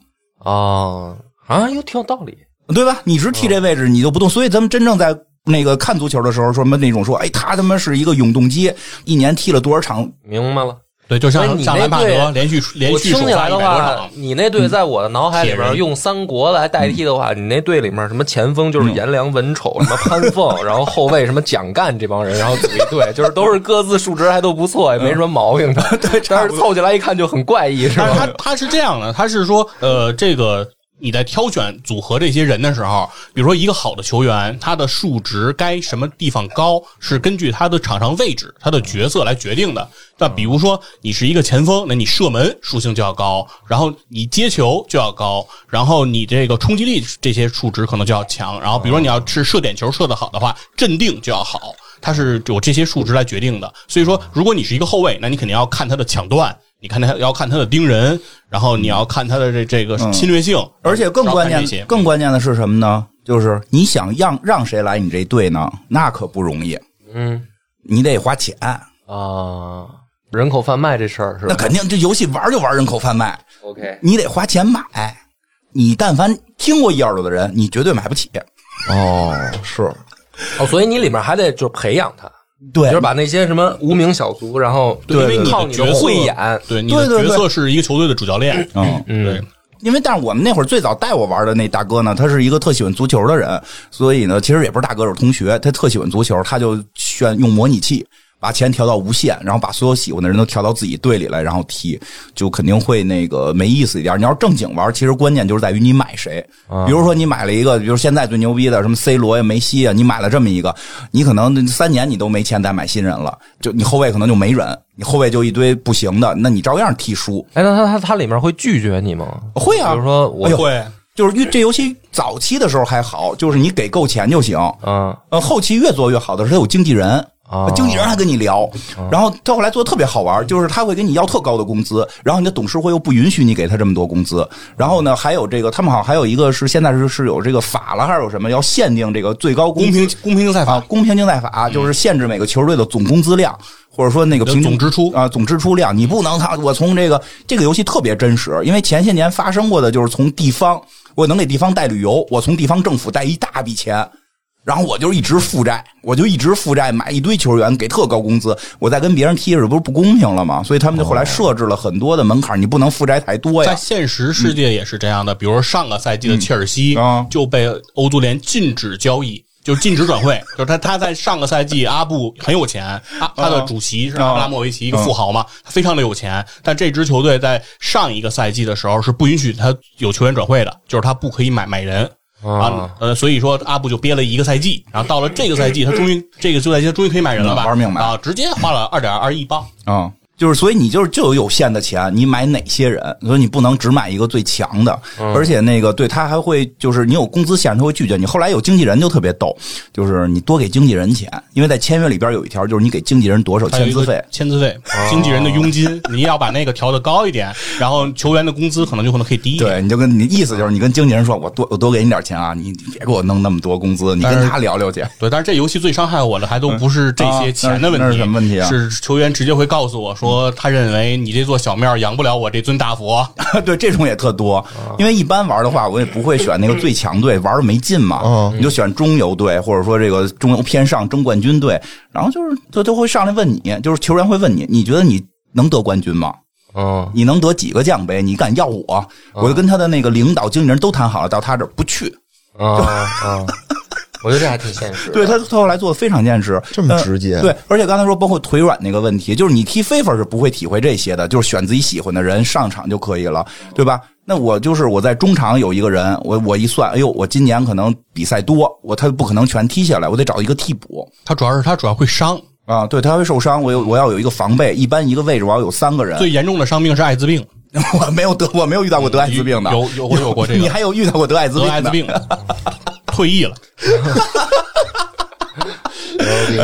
B: 哦啊，又挺有道理。
A: 对吧？你只踢这位置，你就不动。所以咱们真正在那个看足球的时候，说什么那种说，哎，他他妈是一个永动机，一年踢了多少场？
B: 明白了。
D: 对，就
B: 所以
D: 像
B: 你
D: 像
B: 那
D: 兰帕
B: 队
D: 德连续连
B: 我
D: 续
B: 听
D: 首
B: 起
D: 发
B: 来
D: 一
B: 的
D: 百多
B: 话
D: 场，，嗯
B: 你那队在我的脑海里
D: 铁
B: 边
D: 人嗯
B: 用三国来代替的话，你那队里面什么前锋就是颜良、文 丑、什么潘凤，然后后卫什么蒋干这帮人，然后组一 队，就是都是各自数值还都不错，也没什么毛病的。对，但是凑起来一看就很怪异，是
D: 但是
B: 吧？
D: 他他是这样的，他是说，呃，这个你在挑选组合这些人的时候，比如说一个好的球员，他的数值该什么地方高，是根据他的场上位置、他的角色来决定的。那比如说你是一个前锋，那你射门属性就要高，然后你接球就要高，然后你这个冲击力这些数值可能就要强。然后比如说你要是射点球射得好的话，镇定就要好。它是有这些数值来决定的。所以说，如果你是一个后卫，那你肯定要看他的抢断，你看他要看他的盯人，然后你要看他的这这个侵略性，
A: 而且更
D: 然后
A: 关
D: 看这
A: 键
D: 些，
A: 更关键的是什么呢？就是你想让让谁来你这队呢？那可不容易，
B: 嗯
A: 你得花钱。
B: 啊，人口贩卖这事儿是
A: 那
B: 吧
A: 肯定，这游戏玩就玩人口贩卖，
B: ？OK，
A: 你得花钱买。你但凡听过一二六的人，你绝对买不起。
C: 哦，是
B: 哦，所以你里面还得就是培养他，
A: 对
B: 就是把那些什么无名小卒，然后
D: 对因为你的
B: 靠你
D: 角色
B: 慧眼，
D: 对你的
A: 对对
D: 角
A: 对
D: 色是一个球队的主教练，
A: 嗯，
D: 对。
A: 因为但是我们那会儿最早带我玩的那大哥呢，他是一个特喜欢足球的人，所以呢，其实也不是大哥，是同学，他特喜欢足球，他就选用模拟器。把钱调到无限，然后把所有喜欢的人都调到自己队里来，然后踢，就肯定会那个没意思一点。你要是正经玩，其实关键就是在于你买谁。
B: 啊
A: 比如说你买了一个，比如现在最牛逼的什么 C 罗呀、梅西呀，你买了这么一个，你可能三年你都没钱再买新人了，就你后卫可能就没人，你后卫就一堆不行的，那你照样踢输。
B: 哎，那他他他里面会拒绝你吗？
A: 会啊，
B: 比如说我
A: 哎呦
D: 会，
A: 就是越这游戏早期的时候还好，就是你给够钱就行。
B: 嗯
A: 呃，后期越做越好的时候，它有经纪人。呃
B: 哦
A: 经纪人还跟你聊，然后他后来做的特别好玩，就是他会给你要特高的工资，然后你的董事会又不允许你给他这么多工资，然后呢，还有这个他们好像还有一个是现在是是有这个法了还是有什么要限定这个最高工
D: 公
A: 资
D: 平公平竞赛法嗯
A: 啊，公平竞赛法就是限制每个球队的总工资量，或者说那个平均
D: 总支出
A: 啊，总支出量，你不能他我从这个这个游戏特别真实，因为前些年发生过的就是从地方，我能给地方带旅游，我从地方政府带一大笔钱。然后我就一直负债，我就一直负债，买一堆球员，给特高工资，我再跟别人踢，这不是不公平了吗？所以他们就后来设置了很多的门槛，你不能负债太多呀
D: 哦在。现实世界也是这样的，比如说上个赛季的切尔西
A: 啊嗯啊
D: 就被欧足联禁止交易。就是禁止 转会，就是他他在上个赛季阿布很有钱，他
A: 啊
D: 他的主席是阿布拉莫维奇，一个富豪嘛，他非常的有钱。但这支球队在上一个赛季的时候是不允许他有球员转会的，就是他不可以买买人
B: 啊，
D: 呃，所以说阿布就憋了一个赛季，然后到了这个赛季，他终于这个休赛期他终于可以买人了吧？
A: 嗯玩命买
D: 啊，直接花了二点二亿镑。
A: 啊、就是所以你就是就有有限的钱，你买哪些人，所以你不能只买一个最强的，
D: 嗯
A: 而且那个对他还会就是你有工资限制，他会拒绝你。后来有经纪人就特别逗，就是你多给经纪人钱，因为在签约里边有一条就是你给经纪人多少
D: 还有
A: 签
D: 一
A: 字
D: 个
A: 费。哦
D: 签字费，经纪人的佣 金，你要把那个调的高一点，然后球员的工资可能就可能可以低一点。
A: 对，你就跟你意思就是你跟经纪人说，我多我多给你点钱啊，你你别给我弄那么多工资，你
D: 但
A: 跟
D: 是
A: 他聊聊去。
D: 对，但是这游戏最伤害我的还都不是这些钱的问
A: 嗯啊那是那
D: 题，
A: 是什么问题啊嗯
D: 是球员直接会告诉我说，他认为你这座小庙养不了我这尊 大佛。
A: 对，这种也特多，因为一般玩的话，我也不会选那个最强队，玩的没劲嘛
C: 嗯。
A: 你就选中游队，或者说这个中游偏上争冠军队，然后就是就都会上来问你，就是球员会问你，你觉得你能得冠军吗？
B: 嗯，
A: 你能得几个奖杯？你敢要我？我就跟他的那个领导、经纪人都谈好了，到他这儿不去。
B: 啊啊！我觉得这还挺现实的。
A: 对他，他后来做的非常坚持，
C: 这么
A: 呃
C: 直接
A: 对，而且刚才说包括腿软那个问题，就是你踢 FIFA 是不会体会这些的，就是选自己喜欢的人上场就可以了，对吧？那我就是我在中场有一个人，我我一算，哎呦，我今年可能比赛多，我他不可能全踢下来，我得找一个替补
D: 他主要是他主要会伤，
A: 啊，对他会受伤，我有我要有一个防备，一般一个位置我要有三个人，
D: 最严重的伤病是艾滋病，
A: 我没有得我没有遇到过得艾滋病的，
D: 有有我有过这个
A: 你还有遇到过得艾滋
D: 得
A: 病
D: 艾滋
A: 的？
D: 病， 退役了。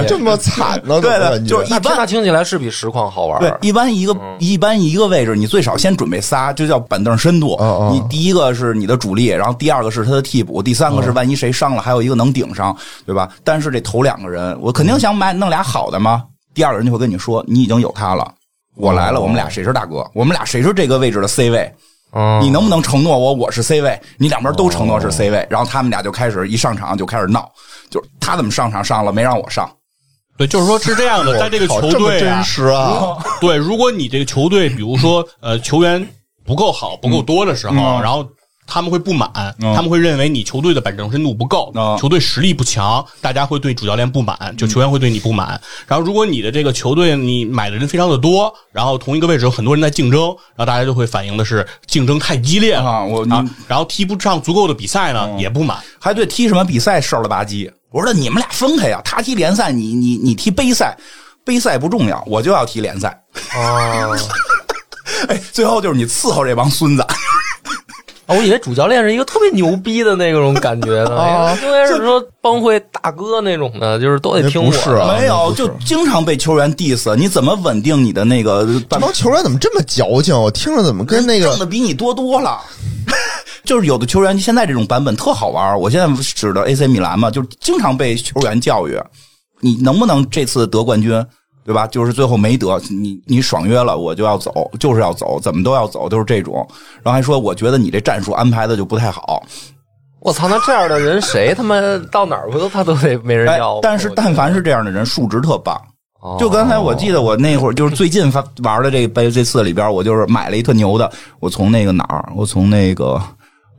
C: 这么惨呢？
A: 对
C: 怎么
A: 的，
C: 感觉
A: 就是一
B: 那
A: 般
B: 那听起来是比实况好玩
A: 对
B: 儿，。嗯
A: 一般一个、一般一个位置，你最少先准备仨，就叫板凳深度。
B: 嗯
C: 哦哦
A: 你第一个是你的主力，然后第二个是他的替补，第三
B: 嗯
A: 个是万一谁伤了，还有一个能顶上，对吧？但是这头两个人，我肯
B: 嗯
A: 定想买弄俩好的嘛。第二个人
B: 哦
A: 就会跟你说，你已经有他了，我来了，我们俩谁是大哥？我们俩谁是这个位置的 C 位？
B: 嗯哦
A: 你能不能承诺我我是 C 位？你两边都承诺是 C 位，然后他们俩就开始一上场就开始闹，就是他怎么上场上了没让我上，
D: 对，就是说是这样 的，在这个
C: 哎好
D: 球
C: 这么
D: 队
C: 真
D: 啊，
C: 实啊，
D: 对，如果你这个球队，比如说呃球员不够好、不够多的时候，
A: 嗯
D: 然后他们会不满，
A: 嗯
D: 他们会认为你球队的板正深度不够，
A: 嗯
D: 球队实力不强，大家会对主教练不满，就球员会对你不满。然后如果你的这个球队你买的人非常的多，然后同一个位置有很多人在竞争，然后大家就会反映的是竞争太激烈了
A: 啊嗯我
D: 啊，然后踢不上足够的比赛呢，也不满。
A: 还对踢什么比赛事儿了吧唧。我说那你们俩分开呀、他踢联赛，你你你踢杯赛，杯赛不重要，我就要踢联赛。
B: 哦，
A: 哎，最后就是你伺候这帮孙子，
B: 我以为主教练是一个特别牛逼的那种感觉
A: 啊
B: 呢，哎应该是说帮会大哥那种的，就是都得听我
C: 不是啊
B: 的。
A: 没有
C: 那不是
A: 就经常被球员 diss，你怎么稳定你的那个
C: 这帮球员怎么这么矫情？我听着怎么跟那
A: 挣的
C: 个
A: 比你多多了。 就是有的球员现在这种版本特好玩儿，我现在指的 AC 米兰嘛，就是经常被球员教育，你能不能这次得冠军，对吧？就是最后没得，你你爽约了，我就要走，就是要走，怎么都要走，都是这种。然后还说，我觉得你这战术安排的就不太好。
B: 我操，那这样的人谁他妈到哪儿不都他都得没人
A: 哎
B: 要？，
A: 但是但凡是这样的人，数值特棒。
B: 哦
A: 就刚才我记得我那会儿就是最近发玩的这杯这次里边，我就是买了一特牛的，我从那个哪儿，我从那个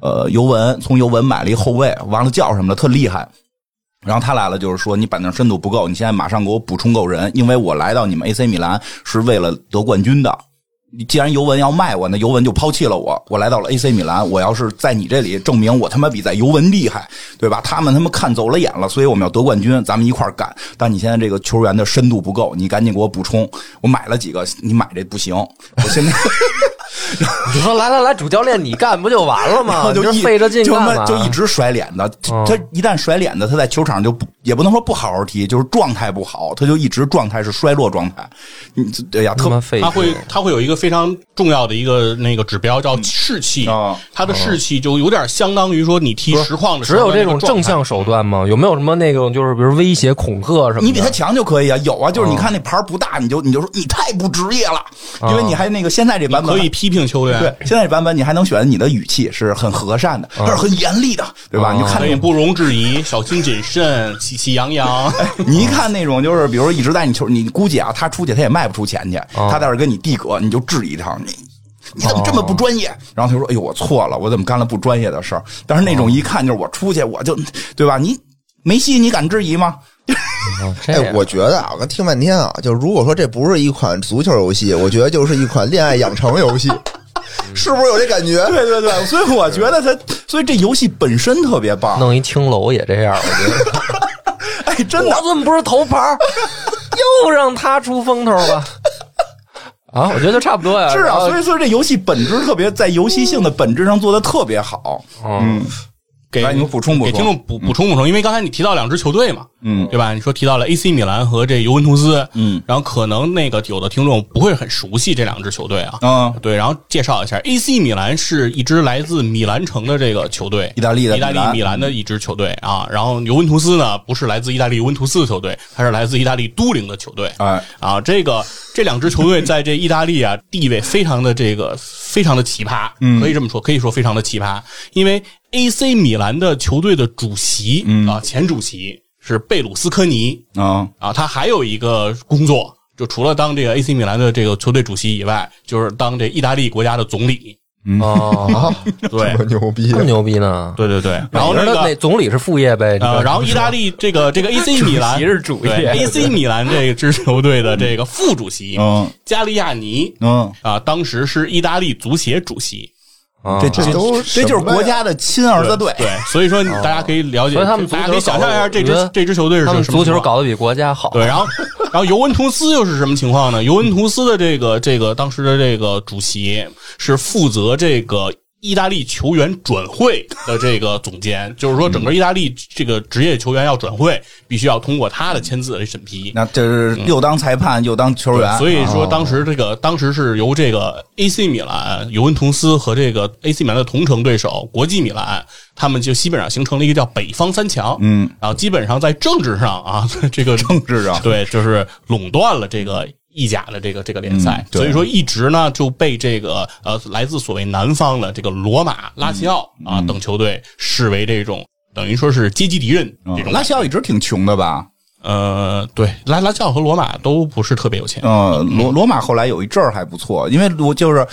A: 呃尤文，从尤文买了一后卫，完了叫什么了，特厉害。然后他来了，就是说你板凳深度不够，你现在马上给我补充够人，因为我来到你们 AC 米兰是为了得冠军的。你既然尤文要卖我，那尤文就抛弃了我。我来到了 AC 米兰，我要是在你这里证明我他妈比在尤文厉害，对吧？他们他妈看走了眼了，所以我们要得冠军，咱们一块儿干。但你现在这个球员的深度不够，你赶紧给我补充。我买了几个，你买这不行。我现 在
B: 哦你说来来来，主教练你干不就完了 吗？
A: 就
B: 啊你
A: 一
B: 这费着劲
A: 就他
B: 干
A: 妈
B: 嘛？
A: 就一直甩脸子。
B: 嗯
A: 他一旦甩脸子，他在球场就不也不能说不好好踢，就是状态不好，他就一直状态是衰落状态。你哎呀，
B: 他
A: 特
B: 妈费劲，
D: 他会他会有一个非常重要的一个那个指标叫士气
A: 啊，
D: 他的士气就有点相当于说你踢实况的
B: 哦
D: 时
B: 只
D: 候
B: 有这
D: 那
B: 种
D: 个状
B: 正
D: 态
B: 向手段吗？有没有什么那种就是比如威胁、恐吓什么的？
A: 你比他强就可以啊，有啊，就是你看那牌儿不大，你就你就说你太不职业了，因嗯为你还那个现在这版本
D: 可以批评球员
A: 对，，嗯现在这版本你还能选你的语气是很和善的，但是很严厉的，对吧？
B: 哦
A: 你就看那
D: 所以
A: 种，
D: 不容置疑，小心谨慎，喜气洋洋。
A: 你一看那种就是，比如一直在你球，你估计啊，他出去他也卖不出钱去，
B: 哦
A: 他在这儿跟你递葛，你就质疑他，你嗯你怎么这么不专业？然后他说：“哎呦，我错了，我怎么干了不专业的事儿？”但是那种一看就是我出去我就，对吧？你梅西你敢质疑吗？
B: 哦这样
C: 哎，我觉得啊，我刚听半天啊，就如果说这不是一款足球游戏，我觉得就是一款恋爱养成游戏，是不是有这感觉？
A: 对对对，所以我觉得他，所以这游戏本身特别棒。
B: 弄一青楼也这样，我觉得。
A: 哎，真的
B: 我怎么不是头牌儿？又让他出风头了。啊，我觉得差不多呀。
A: 是
B: 然
A: 啊，
B: 后
A: 所以说这游戏本质特别，在游戏性的本质上做的特别好。
B: 嗯，
D: 给
A: 来你们补充补
D: 给
A: 充
D: 听众补补充补充，因为刚才你提到两支球队嘛，
A: 嗯
D: 对吧？你说提到了 AC 米兰和这尤文图斯，
A: 嗯，
D: 然后可能那个有的听众不会很熟悉这两支球队啊，
A: 嗯，
D: 对，然后介绍一下，AC 米兰是一支来自米兰城的这个球队，
A: 意大利的
D: 意大
A: 米兰
D: 利米兰的一支球队啊。然后尤文图斯呢，不是来自意大利尤文图斯的球队，它是来自意大利都灵的球队。
A: 哎，
D: 啊，这个这两支球队在这意大利啊地位非常的这个非常的奇葩，
A: 嗯
D: 可以这么说，可以说非常的奇葩，因为 AC 米兰的球队的主席、
A: 嗯
D: 啊，前主席是贝鲁斯科尼，
A: 啊，
D: 啊，他还有一个工作，就除了当这个 AC 米兰的这个球队主席以外，就是当这意大利国家的总理。
B: 哦，
C: 啊，
D: 对
C: 这么牛逼
B: 这么牛逼呢？
D: 对对对，然后
B: 那
D: 那
B: 那啊
D: 个
B: 总理是副业呗。
D: 呃，然后意大利这个这个 AC 米兰
B: 主席是主业
D: 对 AC 米兰这支球队的这个副主席
A: 嗯
D: 加利亚尼
A: 嗯，
D: 啊，当时是意大利足协主席。
B: 后
A: 这
B: 所
A: 这
C: 都
A: 这就是国家的亲儿子队。
D: 对，所以说
B: 哦
D: 大家可以了解，
B: 以他们足
D: 大家
B: 球
D: 可以想象一下这
B: 搞得
D: 支这支球队是
B: 他
D: 什
B: 们足
D: 么
B: 球
D: 情况
B: 搞得比国家好。
D: 对，然后然后尤文图斯又是什么情况呢？尤文图斯的这个这个当时的这个主席是负责这个。意大利球员转会的这个总监，就是说，整个意大利这个职业球员要转会，必须要通过他的签字来审批。
A: 那这是又当裁判又当球员，
D: 所以说，当时这个当时是由这个 AC 米兰、尤文图斯和这个 AC 米兰的同城对手国际米兰，他们就基本上形成了一个叫北方三强。
A: 嗯，
D: 然后基本上在政治上啊，这个
A: 政治上
D: 对，就是垄断了这个意甲的这个这个联赛
A: 嗯，对
D: 所以说一直呢就被这个呃来自所谓南方的这个罗马、拉齐奥
A: 嗯
D: 啊等球队视为这种等于说是阶级敌人这
A: 嗯
D: 种
A: 拉。齐奥一直挺穷的吧？
D: 呃，对，拉拉齐奥和罗马都不是特别有钱。
A: 嗯，罗罗马后来有一阵儿还不错，因为我就是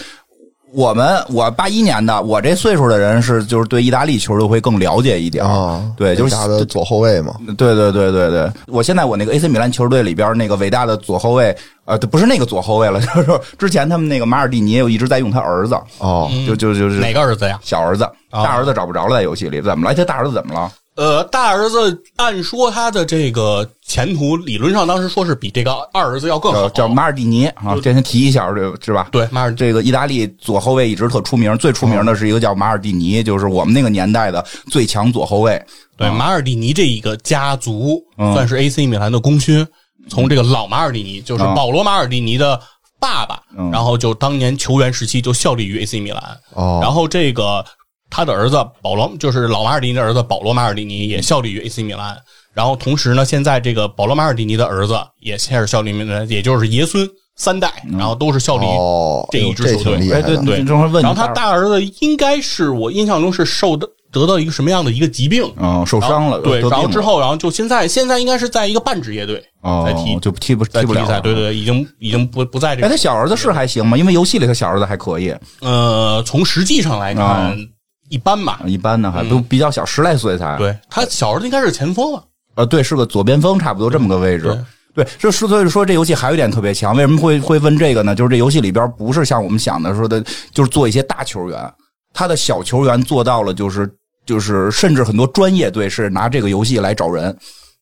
A: 我们我八一年的，我这岁数的人是就是对意大利球队会更了解一点儿
C: 啊，
A: 对，就是
C: 家的左后卫嘛，
A: 对对对对对，我现在我那个 AC 米兰球队里边那个伟大的左后卫，呃，不是那个左后卫了， 就是说之前他们那个马尔蒂尼也有一直在用他儿子，
C: 哦，
A: 就就就是
D: 嗯哪个啊儿子呀？
A: 小儿子，大儿子找不着了，在游戏里怎么了？他大儿子怎么了？
D: 呃，大儿子按说他的这个前途理论上当时说是比这个二儿子要更好
A: 叫，叫马尔蒂尼啊，这先提一下，这是吧？
D: 哦对马尔
A: 这个意大利左后卫一直特出名，最出名的是一个叫马尔蒂尼，就是我们那个年代的最强左后卫。
D: 对马尔蒂尼这一个家族
A: 嗯
D: 算是 AC 米兰的功勋，从这个老马尔蒂尼，就是
A: 嗯
D: 保罗马尔蒂尼的爸爸，
A: 嗯
D: 然后就当年球员时期就效力于 AC 米兰，
C: 哦
D: 然后这个他的儿子保罗，就是老马尔蒂尼的儿子保罗马尔蒂尼也效力于 AC 米兰，然后同时呢，现在这个保罗马尔蒂尼的儿子也开始效力于米兰，也就是爷孙三代，
A: 嗯
D: 然后都是效力于
C: 哦，
D: 这一支
C: 哎呦
D: 球队
C: 挺厉
A: 哎，
C: 害
A: 对
C: 的，
D: 对
A: 你正好问你
D: 然后他大儿子应该是我印象中是受的得到一个什么样的一个疾病，
A: 嗯受
D: 然后
A: 伤了，
D: 哦对，
A: 得
D: 然后
A: 病
D: 之
A: 了
D: 后，然后就现在现在应该是在一个半职业队在踢
A: 哦，就踢不踢
D: 在踢
A: 不
D: 比
A: 了
D: 赛，
A: 了。嗯
D: 对对，对已经已经不不在
A: 哎，
D: 这个
A: 他小儿子是还行吗？因为游戏里他小儿子还可以，
D: 呃，从实际上来
A: 啊
D: 看一般吧。
A: 一般呢还不比较小，十来岁才。
D: 嗯对他小儿子应该是前锋吧？
A: 呃，对，是个左边锋，差不多这么个位置。对，这是所以说这游戏还有一点特别强，为什么会会问这个呢？就是这游戏里边不是像我们想的说的，就是做一些大球员，他的小球员做到了，就是就是甚至很多专业队是拿这个游戏来找人。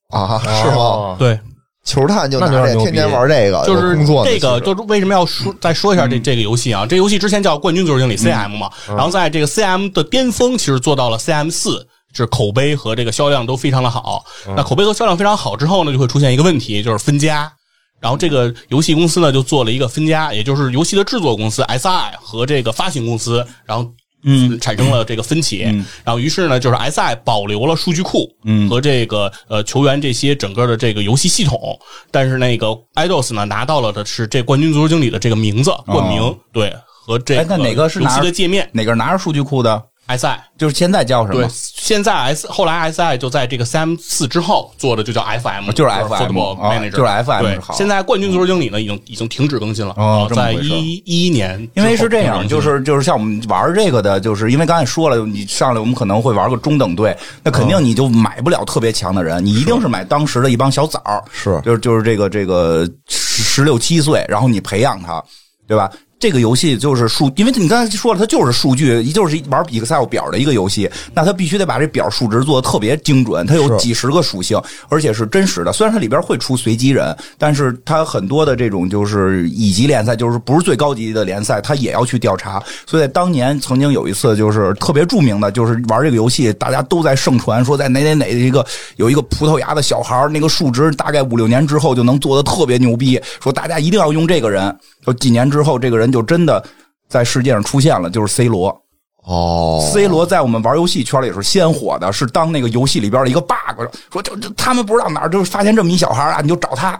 C: 啊，是吗？
B: 哦
D: 对，
C: 球探就拿
B: 那有
C: 这
B: 点牛逼
C: 天天玩这个，
D: 就
C: 有
D: 是
C: 工作呢
D: 这个，
C: 其实嗯
D: 就是为什么要说再说一下这这个游戏啊？这游戏之前叫《冠军足球经理》CM 嘛，然后在这个 CM 的巅峰，其实做到了 CM 四。是口碑和这个销量都非常的好，
C: 嗯
D: 那口碑和销量非常好之后呢，就会出现一个问题，就是分家。然后这个游戏公司呢，就做了一个分家，也就是游戏的制作公司 SI 和这个发行公司，然后嗯产生了这个分歧。然后于是呢，就是 SI 保留了数据库
A: 嗯
D: 和这个呃球员这些整个的这个游戏系统，但是那个 IDOS 呢拿到了的是这冠军足球经理的这个名字冠名，对和这
A: 哦哎那哪个
D: 个
A: 是
D: 游
A: 拿
D: 戏的界面
A: 哪个拿着数据库的？
D: SI。
A: 就是现在叫什
D: 对
A: 么，？
D: 现在 S 后来 SI 就在这个 CM 四之后做的就叫 FM，
A: 哦就是 FM
D: Football
A: 啊
D: Manager，
A: 就是 FM
D: 对
A: 是好
D: 现在冠军足球经理呢，已经已经停止更新了，
A: 哦这么
D: 在
A: 回事
D: 一一年之后停止更新了，
A: 因为是这样，就是就是像我们玩这个的，就是因为刚才说了，你上来我们可能会玩个中等队，那肯定你就买不了特别强的人，你一定嗯是买当时的一帮小崽儿，
C: 是
A: 就是就是这个这个十十六七岁，然后你培养他，对吧？这个游戏就是数，因为你刚才说了，它就是数据，就是玩 Excel 表的一个游戏，那它必须得把这表数值做的特别精准，它有
C: 是
A: 几十个属性，而且是真实的。虽然它里边会出随机人，但是它很多的这种就是乙级联赛，就是不是最高级的联赛，它也要去调查。所以在当年曾经有一次就是特别著名的，就是玩这个游戏，大家都在盛传说在哪哪哪一个有一个葡萄牙的小孩儿那个数值大概五六年之后就能做的特别牛逼，说大家一定要用这个人。就几年之后，这个人就真的在世界上出现了，就是 C 罗。
C: 哦
A: C 罗在我们玩游戏圈里是先火的，是当那个游戏里边的一个 bug，说就就他们不知道哪儿，就是发现这么一小孩儿啊，你就找他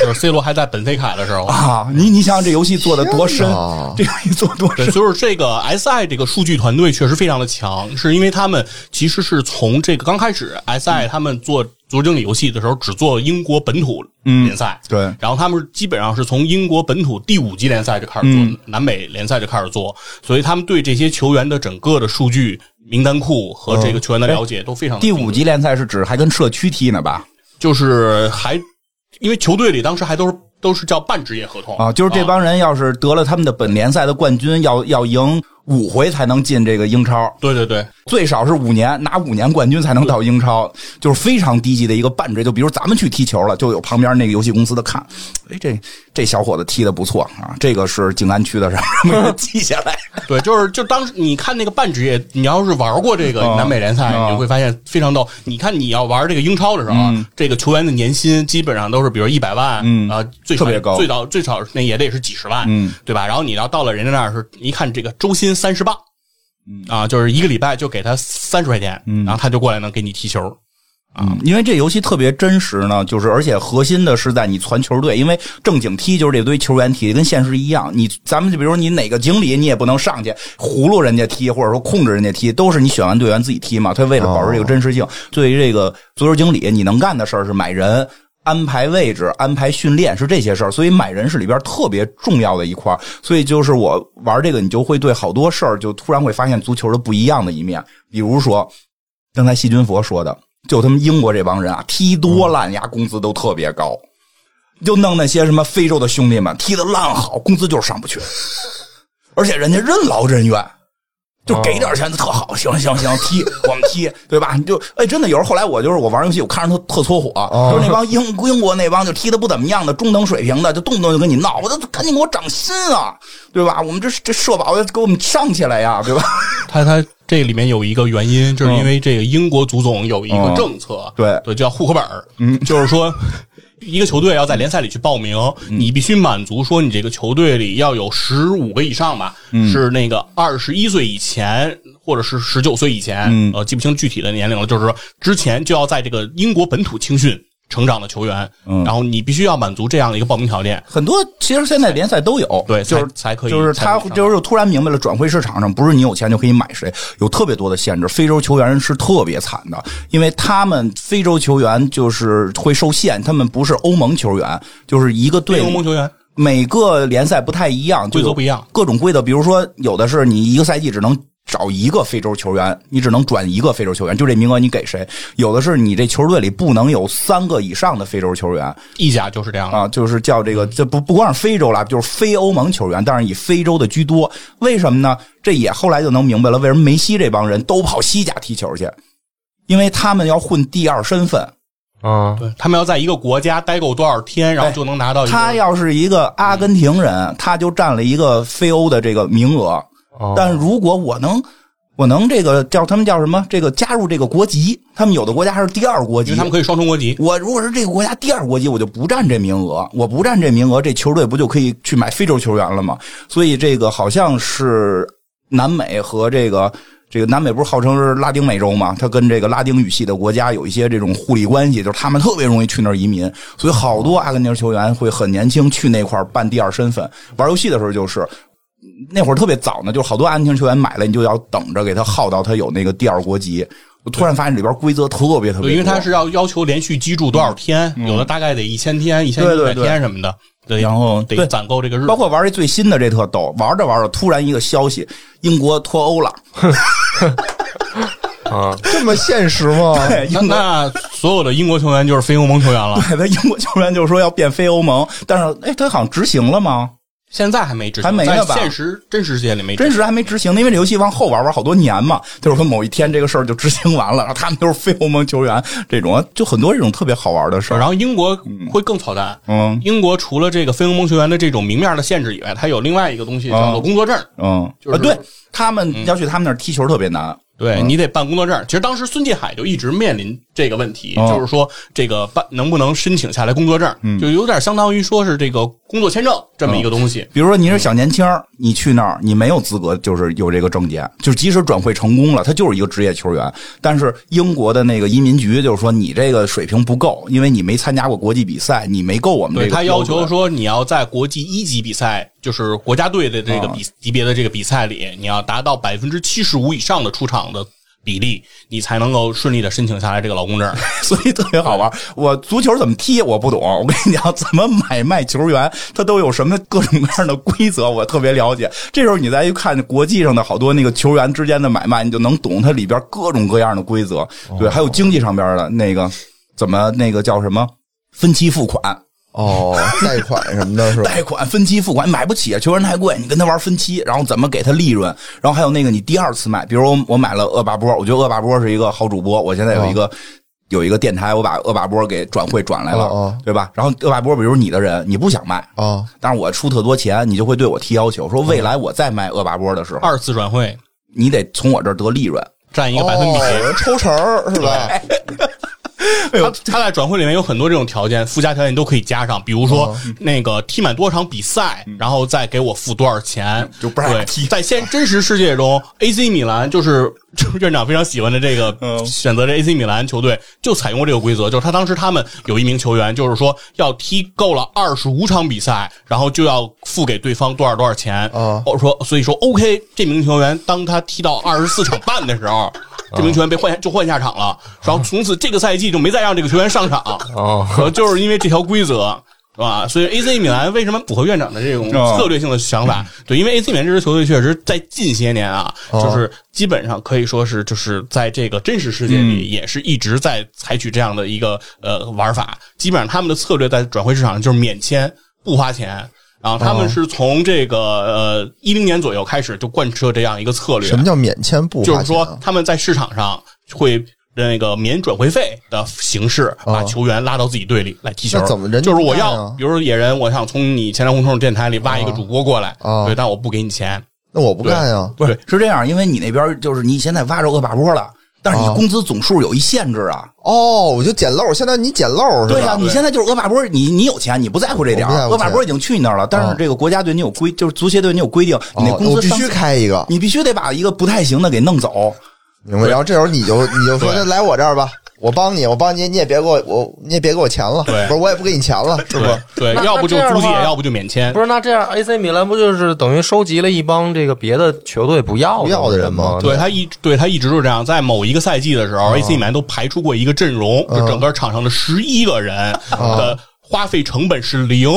D: 就是 C 罗还在本菲凯的 时候，
A: 啊！你你想想这游戏做的多深
C: 天哪，
A: 这游戏做得多深
D: 对，就是这个 SI 这个数据团队确实非常的强，是因为他们其实是从这个刚开始 SI 他们做足球经理游戏的时候，只做英国本土联赛，
A: 对
D: 然后他们基本上是从英国本土第五级联赛就开始做，
A: 嗯
D: 南美联赛就开始做，所以他们对这些球员的整个的数据名单库和这个球员的了解都非常
A: 嗯哎第
D: 地
A: 五级联赛是指还跟社区踢呢吧？
D: 就是还因为球队里当时还都是都是叫半职业合同
A: 啊，就是这帮人要是得了他们的本联赛的冠军，要要赢五回才能进这个英超，
D: 对对对，
A: 最少是五年，拿五年冠军才能到英超，就是非常低级的一个半职。就比如咱们去踢球了，就有旁边那个游戏公司的看，哎，这这小伙子踢的不错啊，这个是静安区的 什么什么记下来。
D: 对，就是就当时你看那个半职业，你要是玩过这个
A: 嗯
D: 南美联赛，
A: 嗯
D: 你就会发现非常逗。你看你要玩这个英超的时候，啊
A: 嗯
D: 这个球员的年薪基本上都是比如一百万，
A: 嗯
D: 啊，最少
A: 特别高
D: 最早最少那也得是几十万，
A: 嗯，
D: 对吧？然后你要到了人家那儿是，一看这个周薪三
A: 嗯
D: 十磅，啊，就是一个礼拜就给他三十块钱，然后他就过来能给你踢球。
A: 嗯，因为这游戏特别真实呢，就是而且核心的是在你传球队，因为正经踢就是这堆球员踢，跟现实一样。你咱们就比如你哪个经理，你也不能上去葫芦人家踢，或者说控制人家踢，都是你选完队员自己踢嘛。他为了保持这个真实性，对于这个足球经理，你能干的事儿是买人。安排位置、安排训练是这些事儿，所以买人是里边特别重要的一块儿。所以就是我玩这个，你就会对好多事儿就突然会发现足球的不一样的一面。比如说，刚才细菌佛说的，就他们英国这帮人啊，踢多烂呀，工资都特别高，就弄那些什么非洲的兄弟们踢的烂好，工资就是上不去，而且人家任劳任怨。就给点钱就特好，行行行，踢我们踢，对吧？你就哎，真的有时候后来我就是我玩游戏，我看着他特搓火，就是那帮英英国那帮就踢的不怎么样的中等水平的，就动不动就跟你闹，我就赶紧给我涨薪啊，对吧？我们这这社保给我们上起来呀，对吧？
D: 他他这里面有一个原因，就是因为这个英国足总有一个政策，
A: 嗯对
D: 对，叫户口本儿，嗯，就是说。一个球队要在联赛里去报名，
A: 嗯
D: 你必须满足说你这个球队里要有十五个以上吧，
A: 嗯
D: 是那个二十一岁以前或者是十九岁以前，
A: 嗯
D: 呃，记不清具体的年龄了，就是说之前就要在这个英国本土青训成长的球员，
A: 嗯
D: 然后你必须要满足这样的一个报名条件，
A: 很多其实现在联赛都有，
D: 对
A: 就是
D: 才才可以
A: 就是他
D: 才可以上
A: 就是突然明白了，转会市场上不是你有钱就可以买谁，有特别多的限制。非洲球员是特别惨的，因为他们非洲球员就是会受限，他们不是欧盟球员，就是一个队
D: 非欧盟球员。
A: 每个联赛不太一样，就有
D: 规则不一样，
A: 各种规则。比如说，有的是你一个赛季只能找一个非洲球员，你只能转一个非洲球员，就这名额你给谁？有的是你这球队里不能有三个以上的非洲球员，
D: 意甲就是这样的，
A: 啊，就是叫这个，这不不光是非洲啦，就是非欧盟球员，但是以非洲的居多。为什么呢？这也后来就能明白了，为什么梅西这帮人都跑西甲踢球去，因为他们要混第二身份。
B: 嗯，
D: 对他们要在一个国家待够多少天，然后就能拿到一个。
A: 他要是一个阿根廷人，他就占了一个非欧的这个名额。
B: 哦
A: 但如果我能，我能这个叫他们叫什么？这个加入这个国籍，他们有的国家还是第二国
D: 因
A: 籍
D: 为他，们可以双重国籍，
A: 我如果是这个国家第二国籍，我就不占这名额，我不占这名额，这球队不就可以去买非洲球员了吗？所以这个好像是南美和这个这个南美不是号称是拉丁美洲嘛，它跟这个拉丁语系的国家有一些这种互利关系，就是他们特别容易去那儿移民，所以好多阿根廷球员会很年轻去那块儿办第二身份。玩游戏的时候就是。那会儿特别早呢，就是好多阿根廷球员买了，你就要等着给他耗到他有那个第二国籍。我突然发现里边规则特别特别多，
D: 对，因为他是要要求连续居住多少天，有的大概得一千天、一千
A: 对
D: 一
A: 对
D: 百
A: 对
D: 天什么的，对，
A: 嗯然后对
D: 得攒够这个日
A: 包
D: 子。
A: 括玩这最新的这特逗，玩着玩着突然一个消息，英国脱欧 了，
B: 啊，
C: 这么现实吗？
D: 那那所有的英国球员就是非欧盟球 员了，
A: 他英国球员就说要变非欧盟，但是哎，他好像执行了吗？
D: 现在还没执行，
A: 还没
D: 在
A: 呢吧
D: 现实真实世界里没执
A: 真
D: 行。
A: 实还没执行呢，因为这游戏往后玩玩好多年嘛，就是说某一天这个事儿就执行完了，然后他们都是非欧盟球员，这种就很多这种特别好玩的事
D: 然
A: 儿。
D: 后英国会更操蛋。
A: 嗯
D: 英国除了这个非欧盟球员的这种明面的限制以外，它有另外一个东
A: 啊
D: 西叫做工作证。
A: 嗯，
D: 就是嗯
A: 啊，对他们要去他们那儿踢球特别难，
D: 对你得办工作证。其实当时孙继海就一直面临这个问题，
A: 哦嗯
D: 就是说这个办能不能申请下来工作证，就有点相当于说是这个工作签证这么一个东西。
A: 比如说你是小年轻儿，你去那儿你没有资格，就是有这个证件，就是即使转会成功了，他就是一个职业球员。但是英国的那个移民局就是说你这个水平不够，因为你没参加过国际比赛，你没够我们这嗯
D: 对
A: 个
D: 他要求
A: 标准
D: 说，你要在国际一级比赛，就是国家队的这个比级别的这个比赛里，
A: 嗯
D: 你要达到百分之七十五以上的出场的比例，你才能够顺利的申请下来这个劳工证。
A: 所以特别好玩。我足球怎么踢我不懂，我跟你讲 怎么买卖球员，它都有什么各种各样的规则，我特别了解。这时候你再一看国际上的好多那个球员之间的买卖，你就能懂它里边各种各样的规则。对，还有经济上边的那个怎么那个叫什么分期付款。
C: 哦，贷款什么的是吧？
A: 贷款分期付款买不起，啊球员太贵，你跟他玩分期，然后怎么给他利润？然后还有那个你第二次买，比如我我买了恶霸波，我觉得恶霸波是一个好主播，我现在有一
C: 啊
A: 个。有一个电台，我把恶霸波给转会转来了，
C: 哦哦
A: 对吧？然后恶霸波，比如你的人，你不想卖，
C: 啊，
A: 但是我出特多钱，你就会对我提要求，说未来我再卖恶霸波的时
C: 啊
A: 候，
D: 二次转会
A: 你得从我这儿得利润。哦
D: 占一个百分比，
C: 哦抽成儿是吧？
D: 他他在转会里面有很多这种条件，附加条件你都可以加上，比如说
A: 嗯
D: 那个踢满多场比赛，然后再给我付多少钱，
A: 嗯就不让
D: 对
A: 踢
D: 在现真实世界中，AC 米兰就是就是院长非常喜欢的这个、
A: 嗯
D: 选择的 AC 米兰球队，就采用过这个规则，就是他当时他们有一名球员，就是说要踢够了二十五场比赛，然后就要付给对方多少多少钱。
C: 啊
D: 我说，所以说 OK，这名球员当他踢到二十四场半的时候，这名球员被换就换下场了，然后从此这个赛季就没再让这个球员上场。
B: 哦，
D: 呃， 就是因为这条规则。是吧？所以 AC 米兰为什么符合院长的这种
A: 哦
D: 策略性的想法？对，因为 AC 米兰这支球队确实在近些年啊，
C: 哦
D: 就是基本上可以说是就是在这个真实世界
C: 嗯
D: 里也是一直在采取这样的一个呃玩法。基本上他们的策略在转会市场上就是免签，不花钱。然后他
C: 哦
D: 们是从这个呃一零年左右开始就贯彻这样一个策略。
C: 什么叫免签不花钱
D: 就
C: 啊？
D: 是说他们在市场上会。那个免转会费的形式，把球员拉到自己队里来踢球。
C: 那怎么人家
D: 就是我
C: 干
D: 要
C: 啊，
D: 比如说野人，我想从你前山红冲电台里挖一个主播过来，
C: 啊
D: 对，但我不给你钱，
C: 那我不干啊呀，
A: 不是是这样，因为你那边就是你现在挖着恶霸波了，但是你
C: 啊
A: 工资总数有一限制啊。
C: 哦，我就捡漏，现在你捡漏是
A: 对啊
C: 吧？
A: 呀、你现在就是恶霸波，你你有钱，你不在乎这点
C: 我不在
A: 儿。
C: 乎嗯
A: 恶霸波已经去你那儿了，但是这个国家对你有规，就是足协对你有规定，你那
C: 哦
A: 工
C: 我
A: 资
C: 必
A: 上
C: 须
A: 限，
C: 开一个，
A: 你必须得把一个不太行的给弄走。
C: 明白？然后这时候你就你就说
D: 对
C: 那来我这儿吧，我帮你，我帮你，你也别给我我你也别给我钱了，
D: 对
C: 不是我也不给你钱了，是
D: 对
C: 不是？
D: 对，
B: 那
D: 要不就
B: 那这样
D: 租
B: 的
D: 借，
B: 话
D: 要不就免签
B: 不。是，那这样 AC 米兰不就是等于收集了一帮这个别的球队不要
C: 不要的人吗
D: 对他一对他一直就是这样，在某一个赛季的时候，AC 米兰都排出过一个阵容，就整个场上的十一个人的花费成本是零，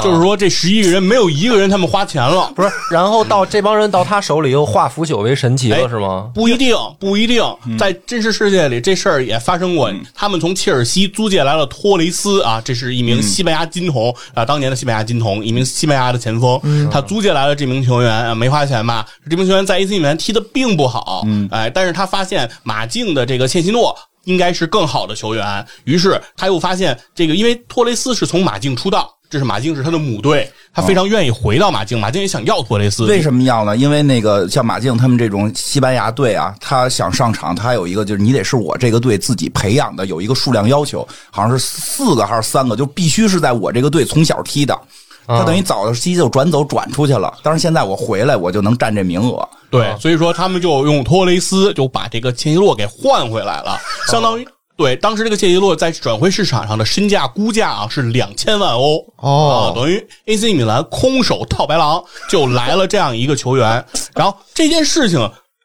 D: 就是说这十一个人没有一个人他们花钱了。
B: 不是，然后到这帮人到他手里又化腐朽为神奇了，
D: 哎
B: 是吗？
D: 不一定，不一定，在真实世界里这事儿也发生过。他们从切尔西租借来了托雷斯啊，这是一名西班牙金童啊，当年的西班牙金童，一名西班牙的前锋。他租借来了这名球员，啊没花钱吧？这名球员在 AC 米兰踢的并不好，哎，但是他发现马竞的这个切西诺。应该是更好的球员，于是他又发现这个，因为托雷斯是从马竞出道，这是马竞是他的母队，他非常愿意回到马竞，马竞也想要托雷斯，
A: 为什么要呢？因为那个像马竞他们这种西班牙队啊，他想上场，他有一个就是你得是我这个队自己培养的，有一个数量要求，好像是四个还是三个，就必须是在我这个队从小踢的。
C: 嗯
A: 他等于早的期就转走转出去了，但是现在我回来，我就能占这名额。
D: 对，所以说他们就用托雷斯就把这个切西洛给换回来了，相当于。对，当时这个切西洛在转会市场上的身价估价啊是两千万欧
C: 哦
D: 啊，等于 AC 米兰空手套白狼就来了这样一个球员。然后这件事情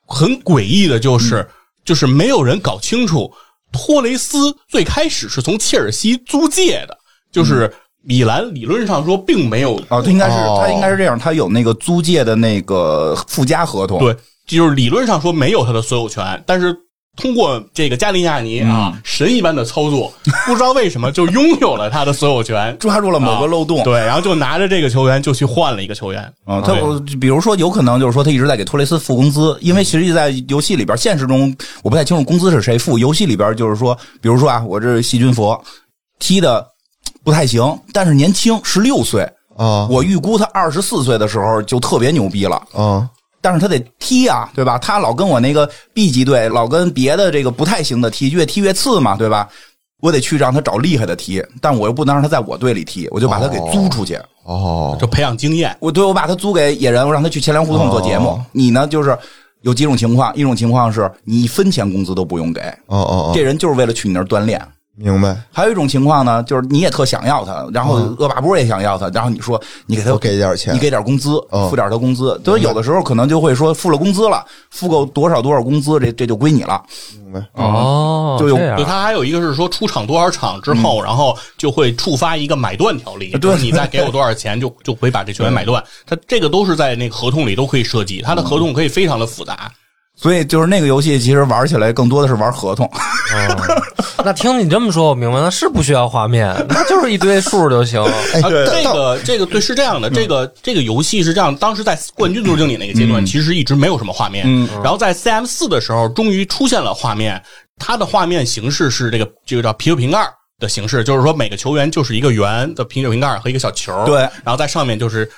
D: 很诡异的就是，就是没有人搞清楚托雷斯最开始是从切尔西租借的，就是米兰理论上说并没有
A: 啊，他应该是、
C: 哦
A: 他应该是这样，他有那个租借的那个附加合同。。
D: 对，就是理论上说没有他的所有权，但是通过这个加利亚尼啊、神一般的操作，不知道为什么就拥有了他的所有权
A: 抓住了某个漏洞。
D: 啊对，然后就拿着这个球员就去换了一个球员。
A: 啊，他
D: 对
A: 我比如说，有可能就是说，他一直在给托雷斯付工资，因为其实，在游戏里边，现实中我不太清楚工资是谁付。游戏里边就是说，比如说啊，我这细菌佛踢的不太行，但是年轻，十六岁，
C: 啊
A: 我预估他二十四岁的时候就特别牛逼了。
C: 啊
A: 但是他得踢啊，对吧？他老跟我那个 B 级队，老跟别的这个不太行的踢，越踢越次嘛，对吧？我得去让他找厉害的踢，但我又不能让他在我队里踢，我就把他给租出去。
C: 哦
D: 就培养经验，
A: 我对我把他租给野人，我让他去钱粮胡同做节目。
C: 哦
A: 你呢，就是有几种情况，一种情况是你一分钱工资都不用给，
C: 哦哦
A: 这
C: 哦，
A: 人就是为了去你那儿锻炼。
C: 明白。
A: 还有一种情况呢，就是你也特想要他，然后
C: 哦
A: 恶霸波也想要他，然后你说你给他
C: 我给点钱
A: 你给点工资，
C: 嗯
D: 哦
A: 付点他工资。就是有的时候可能就会说付了工资了，付够多少多少工资，这这就归你了。
B: 哦，
A: 啊就有
B: 这 样
D: 对他还有一个是说出场多少场之后，然后就会触发一个买断条例，
A: 嗯啊对
D: 就是你再给我多少钱，就就会把这球员买断。他这个都是在那个合同里都可以涉及，他的合同可以非常的复杂。
A: 所以就是那个游戏其实玩起来更多的是玩合同，
B: 那听你这么说，我明白了， 是不需要画面，那就是一堆数就 行。
C: 哎，
D: 啊，
C: 但
D: 这
C: 但嗯
D: 个这个对是这样的，这个这个游戏是这样，当时在冠军足球经理那个阶段，嗯其实一直没有什么画面，
C: 嗯
D: 然后在 CM 四的时候，终于出现了画面，它的画面形式是这个这个叫啤酒瓶盖。的形式就是说，每个球员就是一个圆的啤酒瓶盖和一个小球，
A: 对
D: 然后在上面就是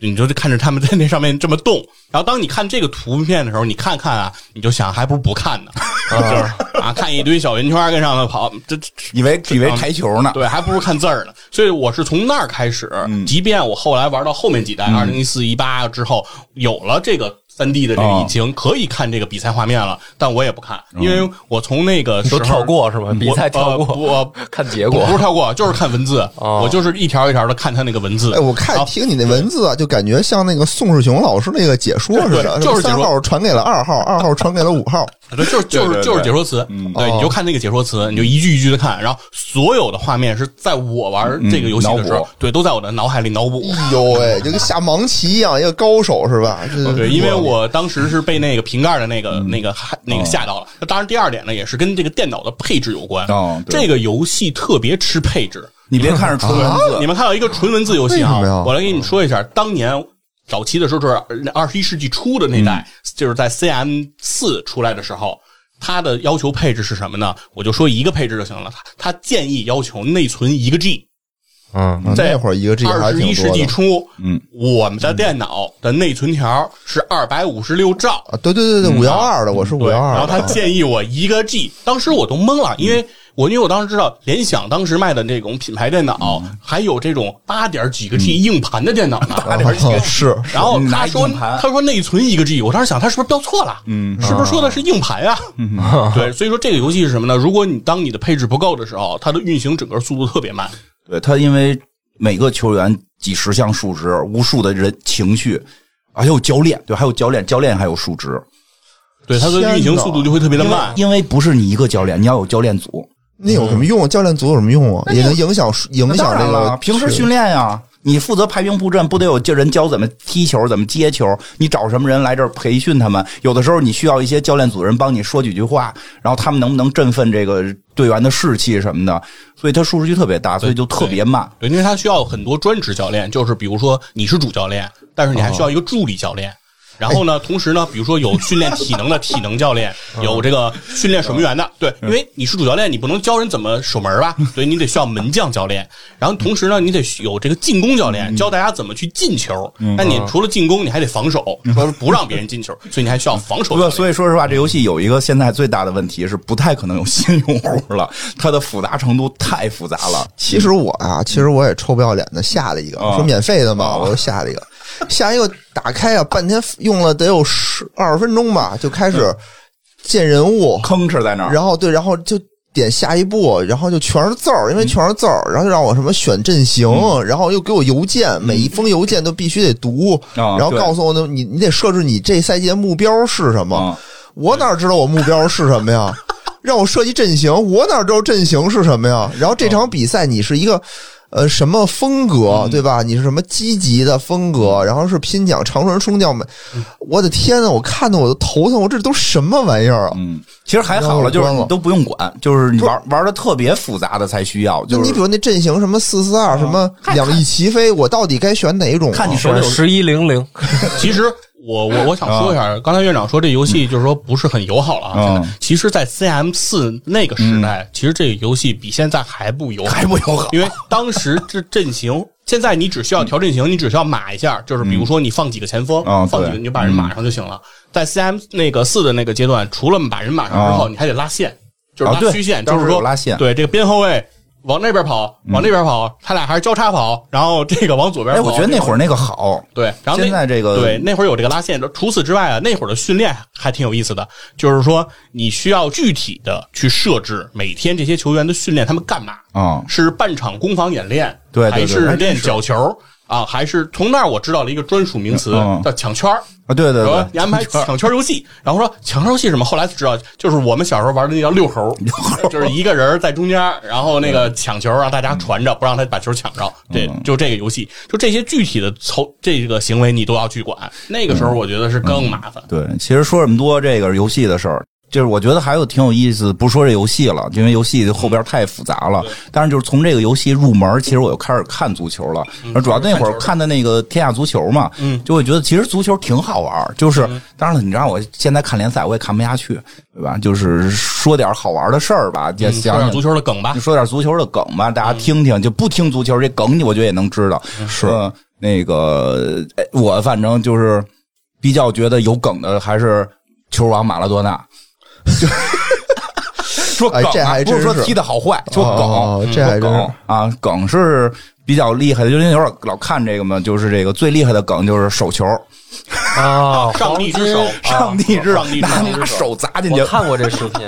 D: 你就看着他们在那上面这么动。然后当你看这个图片的时候，你看看啊，你就想还不如不看 呢，就是啊，看一堆小圆圈跟上面跑，这这
A: 以为以为台球呢，
D: 啊 对，还不如看字儿呢。所以我是从那儿开始，
A: 嗯
D: 即便我后来玩到后面几代，二零一四、一八之后，有了这个三 D 的这个
A: 哦
D: 引擎，可以看这个比赛画面了，但我也不看，因为我从那个时
B: 都
D: 候
B: 跳
A: 哎
B: 过是吗？比赛跳过，
D: 我呃不呃
B: 看结果
D: 不是跳过，就是看文字，
B: 哦
D: 我就是一条一条的看他那个文字。
C: 哎，我看听你那文字啊，就感觉像那个宋世雄老师那个解说似的，
D: 对就是解
C: 三
D: 说
C: 号传给了二号，二号传给了五 号。
D: 啊对，就是
A: 对对
D: 就
A: 嗯
D: 是就是解说词，对，
C: 哦
D: 你就看那个解说词，你就一句一句的看，然后所有的画面是在我玩这个游戏的
A: 嗯
D: 时
A: 脑
D: 候
A: 补，
D: 对，都在我的脑海里脑补。
C: 哎呦喂，就跟下盲棋一样，一个高手是吧？这
D: 哦对，因为我当时是被那个瓶盖的那
C: 嗯
D: 个、那个、
C: 哦
D: 嗨那个吓到了。那当然，第二点呢，也是跟这个电脑的配置有关。
A: 哦对
D: 这个游戏特别吃配置，
A: 你别看是纯文字，
D: 啊你们看到一个纯文字游戏
C: 呃为
D: 啊
C: 什么呀，
D: 我来给你们说一下，当年早期的时候就是二十一世纪初的那代，
C: 嗯
D: 就是在 CM 四出来的时候。它的要求配置是什么呢？我就说一个配置就行了。它它建议要求内存一个 G，
B: 嗯，
C: 啊那会儿一个 G 还
D: 二十
C: 挺
D: 一世
C: 多
D: 纪
C: 的
D: 初，
A: 嗯，
D: 我们的电脑的内存条是二百五十六兆，
C: 啊，对对对对，五幺二的，啊我是五
D: 嗯对，
A: 啊
C: 幺二。
D: 然后他建议我一个 G，当时我都懵
A: 嗯
D: 了，因为我因为我当时知道联想当时卖的这种品牌电脑，
A: 嗯
D: 还有这种八点几个 G 硬盘的电脑呢。
A: 打嗯点哦
C: 啊 是
D: 然后他
A: 拿
D: 说
A: 硬盘
D: 他说内存一个 G，我当时想他是不是标错了？
A: 嗯，
D: 是不是说的是硬盘呀、 对，所以说这个游戏是什么呢？如果你当你的配置不够的时候，它的运行整个速度特别慢。
A: 对他，因为每个球员几十项数值，无数的人情绪，还有教练，对，还有教练，教练还有数值，
D: 对，它的运行速度就会特别的
A: 因为
D: 慢。
A: 因为不是你一个教练，你要有教练组，
C: 那有什么
D: 嗯
C: 用？教练组有什么用啊？也能影响影响这
A: 那当然
C: 个
A: 了平时训练呀、你负责排兵布阵，不得有这人教怎么踢球，怎么接球？你找什么人来这儿培训他们？有的时候你需要一些教练组人帮你说几句话，然后他们能不能振奋这个队员的士气什么的？所以他数值区特别大，所以就特别慢。
D: 对，因为它需要很多专职教练，就是比如说你是主教练，但是你还需要一个助理教练。然后
A: 哎
D: 呢，同时呢，比如说有训练体能的体能教练，
A: 嗯
D: 有这个训练守门员的，对，因为你是主教练，你不能教人怎么守门吧，所以你得需要门将教练。然后同时呢，你得有这个进攻
A: 嗯
D: 教练，教大家怎么去进球。那你除了进攻，你还得防守，说是不让别人进球，所以你还需要防
A: 嗯
D: 守
A: 不过，
D: 教练。
A: 所以说实话，这游戏有一个现在最大的问题是不太可能有新用户了，它的复杂程度太复杂了。
C: 其实我啊，其实我也臭不要脸的下了一个，
A: 啊
C: 说免费的嘛，
A: 啊
C: 我就下了一个，下一个打开啊，半天用了得有十二十分钟吧，就开始
A: 嗯
C: 见人物，
A: 吭哧在那儿，
C: 然后对，然后就点下一步，然后就全是字儿，
A: 嗯
C: 因为全是字儿，然后就让我什么选阵型，然后又给我邮件，每一封邮件都必须得读，
A: 嗯啊
C: 然后
A: 对
C: 告诉我呢你你得设置你这赛季的目标是什么，
A: 啊
C: 我哪知道我目标是什么呀？ 让我设计阵型，我哪知道阵型是什么呀？然后这
A: 嗯
C: 场比赛你是一个。呃，什么风格对吧？你是什么积极的风格？然后是拼抢、长传、冲吊门。
A: 嗯
C: 我的天呐，我看的我都头疼，我这都什么玩意儿啊？
A: 嗯，其实还好了，就是你都不用管，就是你玩玩的特别复杂的才需要，
C: 就
A: 就是嗯
C: 你比如那阵型什么四四二什么两翼齐飞，我到底该选哪一种啊？
A: 看你手里
B: 选
A: 有
B: 十一零 零，
D: 其实我我我想说一下，刚才院长说这游戏就是说不是很友好了
A: 啊
D: 啊。
A: 嗯
D: 现在其实，在 CM 四那个时代，其实这个游戏比现在还不友好
A: 还，不友好。
D: 因为当时这阵型，现在你只需要调阵型，你只需要码一下，就是比如说你放几个前锋
A: 嗯嗯哦，
D: 放几个
A: 对
D: 你就把人码上就行了。在 CM 那个四的那个阶段，除了把人码上之后，
A: 哦
D: 你还得拉线，就是
A: 啊对
D: 拉虚线，
A: 当
D: 就
A: 时
D: 是
A: 有
D: 说
A: 拉线嗯
D: 对这个边后卫。往那边跑，往那边跑，他俩还是交叉跑，然后这个往左边
A: 哎，
D: 跑。
A: 我觉得那会儿那个好，
D: 对，然后那
A: 现在这个
D: 对那会儿有这个拉线，除此之外啊，那会儿的训练还挺有意思的，就是说你需要具体的去设置每天这些球员的训练，他们干嘛？
A: 啊
D: 是半场攻防演练，
A: 对对对
D: 还
A: 还
D: 是
A: 真
D: 练角球啊？还是从那儿我知道了一个专属名词
A: 嗯
D: 叫抢圈儿。
A: 啊，对对
D: 然
A: 对
D: 后，你安排抢圈游戏，然后说抢圈游戏是什么？后来知道，就是我们小时候玩的那叫遛猴，就是一个人在中间，然后那
A: 嗯
D: 个抢球让大家传着，不让他把球抢着。对，就这个游戏，就这些具体的操这个行为你都要去管。那个时候
A: 嗯
D: 我觉得是更麻 烦。
A: 对，其实说这么多这个游戏的事儿，就是我觉得还有挺有意思，不说这游戏了，因为游戏后边太复杂了。但是就是从这个游戏入门，其实我就开始看足球了。而主要那会儿看的那个《天下足球》嘛，就会觉得其实足球挺好玩儿。就是当然了，你让我现在看联赛，我也看不下去，对吧？就是说点好玩的事儿吧，也
D: 嗯说
A: 想
D: 点
A: 想
D: 足球的梗吧
A: 你，说点足球的梗吧，大家听听，就不听足球这梗，你我觉得也能知道是。嗯那个哎我反正就是比较觉得有梗的还是球王马拉多纳，就说梗、啊
C: 哎这还
A: 不是说
C: 真是
A: 踢的好坏，说梗，
C: 哦这还
A: 说
C: 真是
A: 梗啊，梗是比较厉害的，就因为有点老看这个嘛，就是这个最厉害的梗就是手球，
B: 啊，
D: 上帝之手
B: 黄金
A: 上帝
D: 啊
A: 之
D: 上帝之
A: 拿
D: 手
A: 拿手砸进去
B: 我，看过这视 频，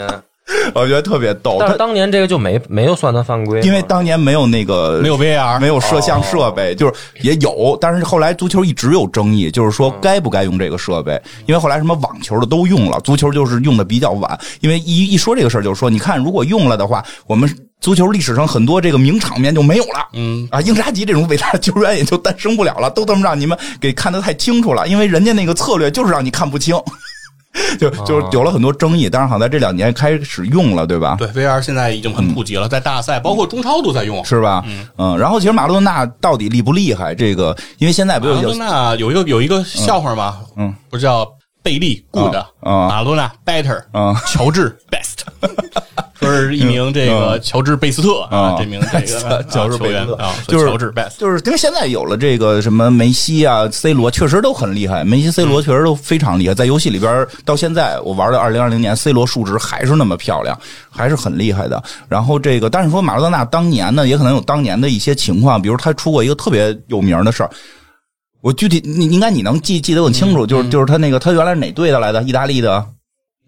A: 我觉得特别逗。
B: 但是
A: 哦他
B: 当年这个就没没有算他犯规，
A: 因为当年没有那个
D: 没有 VAR，
A: 没有摄
D: 哦
A: 像设备，就是也有，但是后来足球一直有争议，就是说该不该用这个设备，因为后来什么网球的都用了，足球就是用的比较晚，因为一一说这个事儿，就是说你看，如果用了的话，我们足球历史上很多这个名场面就没有了。
D: 嗯，
A: 啊，英扎吉这种伟大的球员也就诞生不了了，都他妈让你们给看得太清楚了，因为人家那个策略就是让你看不清， 就
D: 哦
A: 就是有了很多争议。当然，好在这两年开始用了，对吧？
D: 对，VR 现在已经很普及了，在大赛包括中超都在用。
A: 嗯是吧？嗯，然后其实马拉多纳到底厉不厉害？这个，因为现在不有
D: 马拉
A: 有
D: 多纳有一个有一个笑话嘛，
A: 嗯，
D: 不是叫贝利 good，
A: 啊
D: 马拉多纳 better，
A: 啊
D: 乔治 best，说是一名这个乔治贝斯特啊
A: 嗯啊，
D: 这名这个
A: 乔治
D: 啊球
A: 贝斯
D: 员
A: 特
D: 啊，
A: 就是
D: 乔治 best，
A: 就是因为现在有了这个什么梅西啊、C 罗，确实都很厉害。梅西、C
D: 嗯
A: 罗确实都非常厉害，在游戏里边到现在，我玩到二零二零年，C 罗数值还是那么漂亮，还是很厉害的。然后这个，但是说马拉多纳当年呢，也可能有当年的一些情况，比如他出过一个特别有名的事儿。我具体你应该你能记记得很清
D: 嗯
A: 楚，就是就是他那个他原来是哪队的来的？意大利的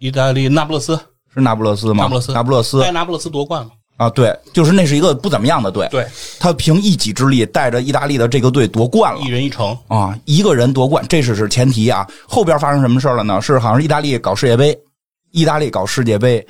D: 意大利那不勒斯，
A: 是那不勒斯吗？
D: 那不勒斯
A: 那不勒斯
D: 带那不勒斯夺冠嘛？
A: 啊，对，就是那是一个不怎么样的队，
D: 对，
A: 他凭一己之力带着意大利的这个队夺冠了
D: 一。人一城，
A: 啊，一个人夺冠，这只是前提啊。后边发生什么事儿了呢？是好像是意大利搞世界杯，意大利搞世界杯，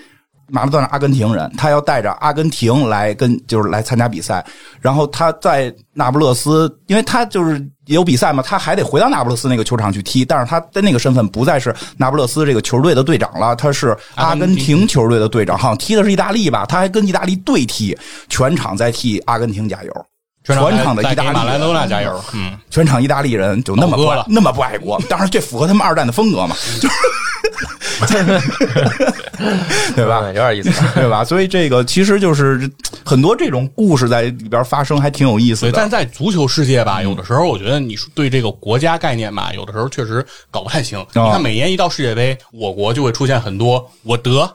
A: 马拉多纳阿根廷人，他要带着阿根廷来跟就是来参加比赛，然后他在那不勒斯，因为他就是也有比赛嘛，他还得回到那不勒斯那个球场去踢，但是他的那个身份不再是那不勒斯这个球队的队长了，他是阿根廷球队的队长，好像踢的是意大利吧，他还跟意大利对踢，全场在替阿根廷加油。全场的
D: 在
A: 意大
D: 给
A: 利
D: 马拉
A: 人
D: 多纳加油，嗯。
A: 全场意大利人就那么不
D: 老哥
A: 爱
D: 了嗯
A: 那么不爱国，当然这符合他们二战的风格嘛，就是 对吧？
B: 嗯有点意思。
A: 对吧？所以这个其实就是很多这种故事在里边发生，还挺有意思
D: 对，
A: 的。
D: 但在足球世界
A: 嗯
D: 吧，有的时候我觉得你说对这个国家概念吧，有的时候确实搞不太
A: 啊
D: 清。你看每年一到世界杯，我国就会出现很多 我德、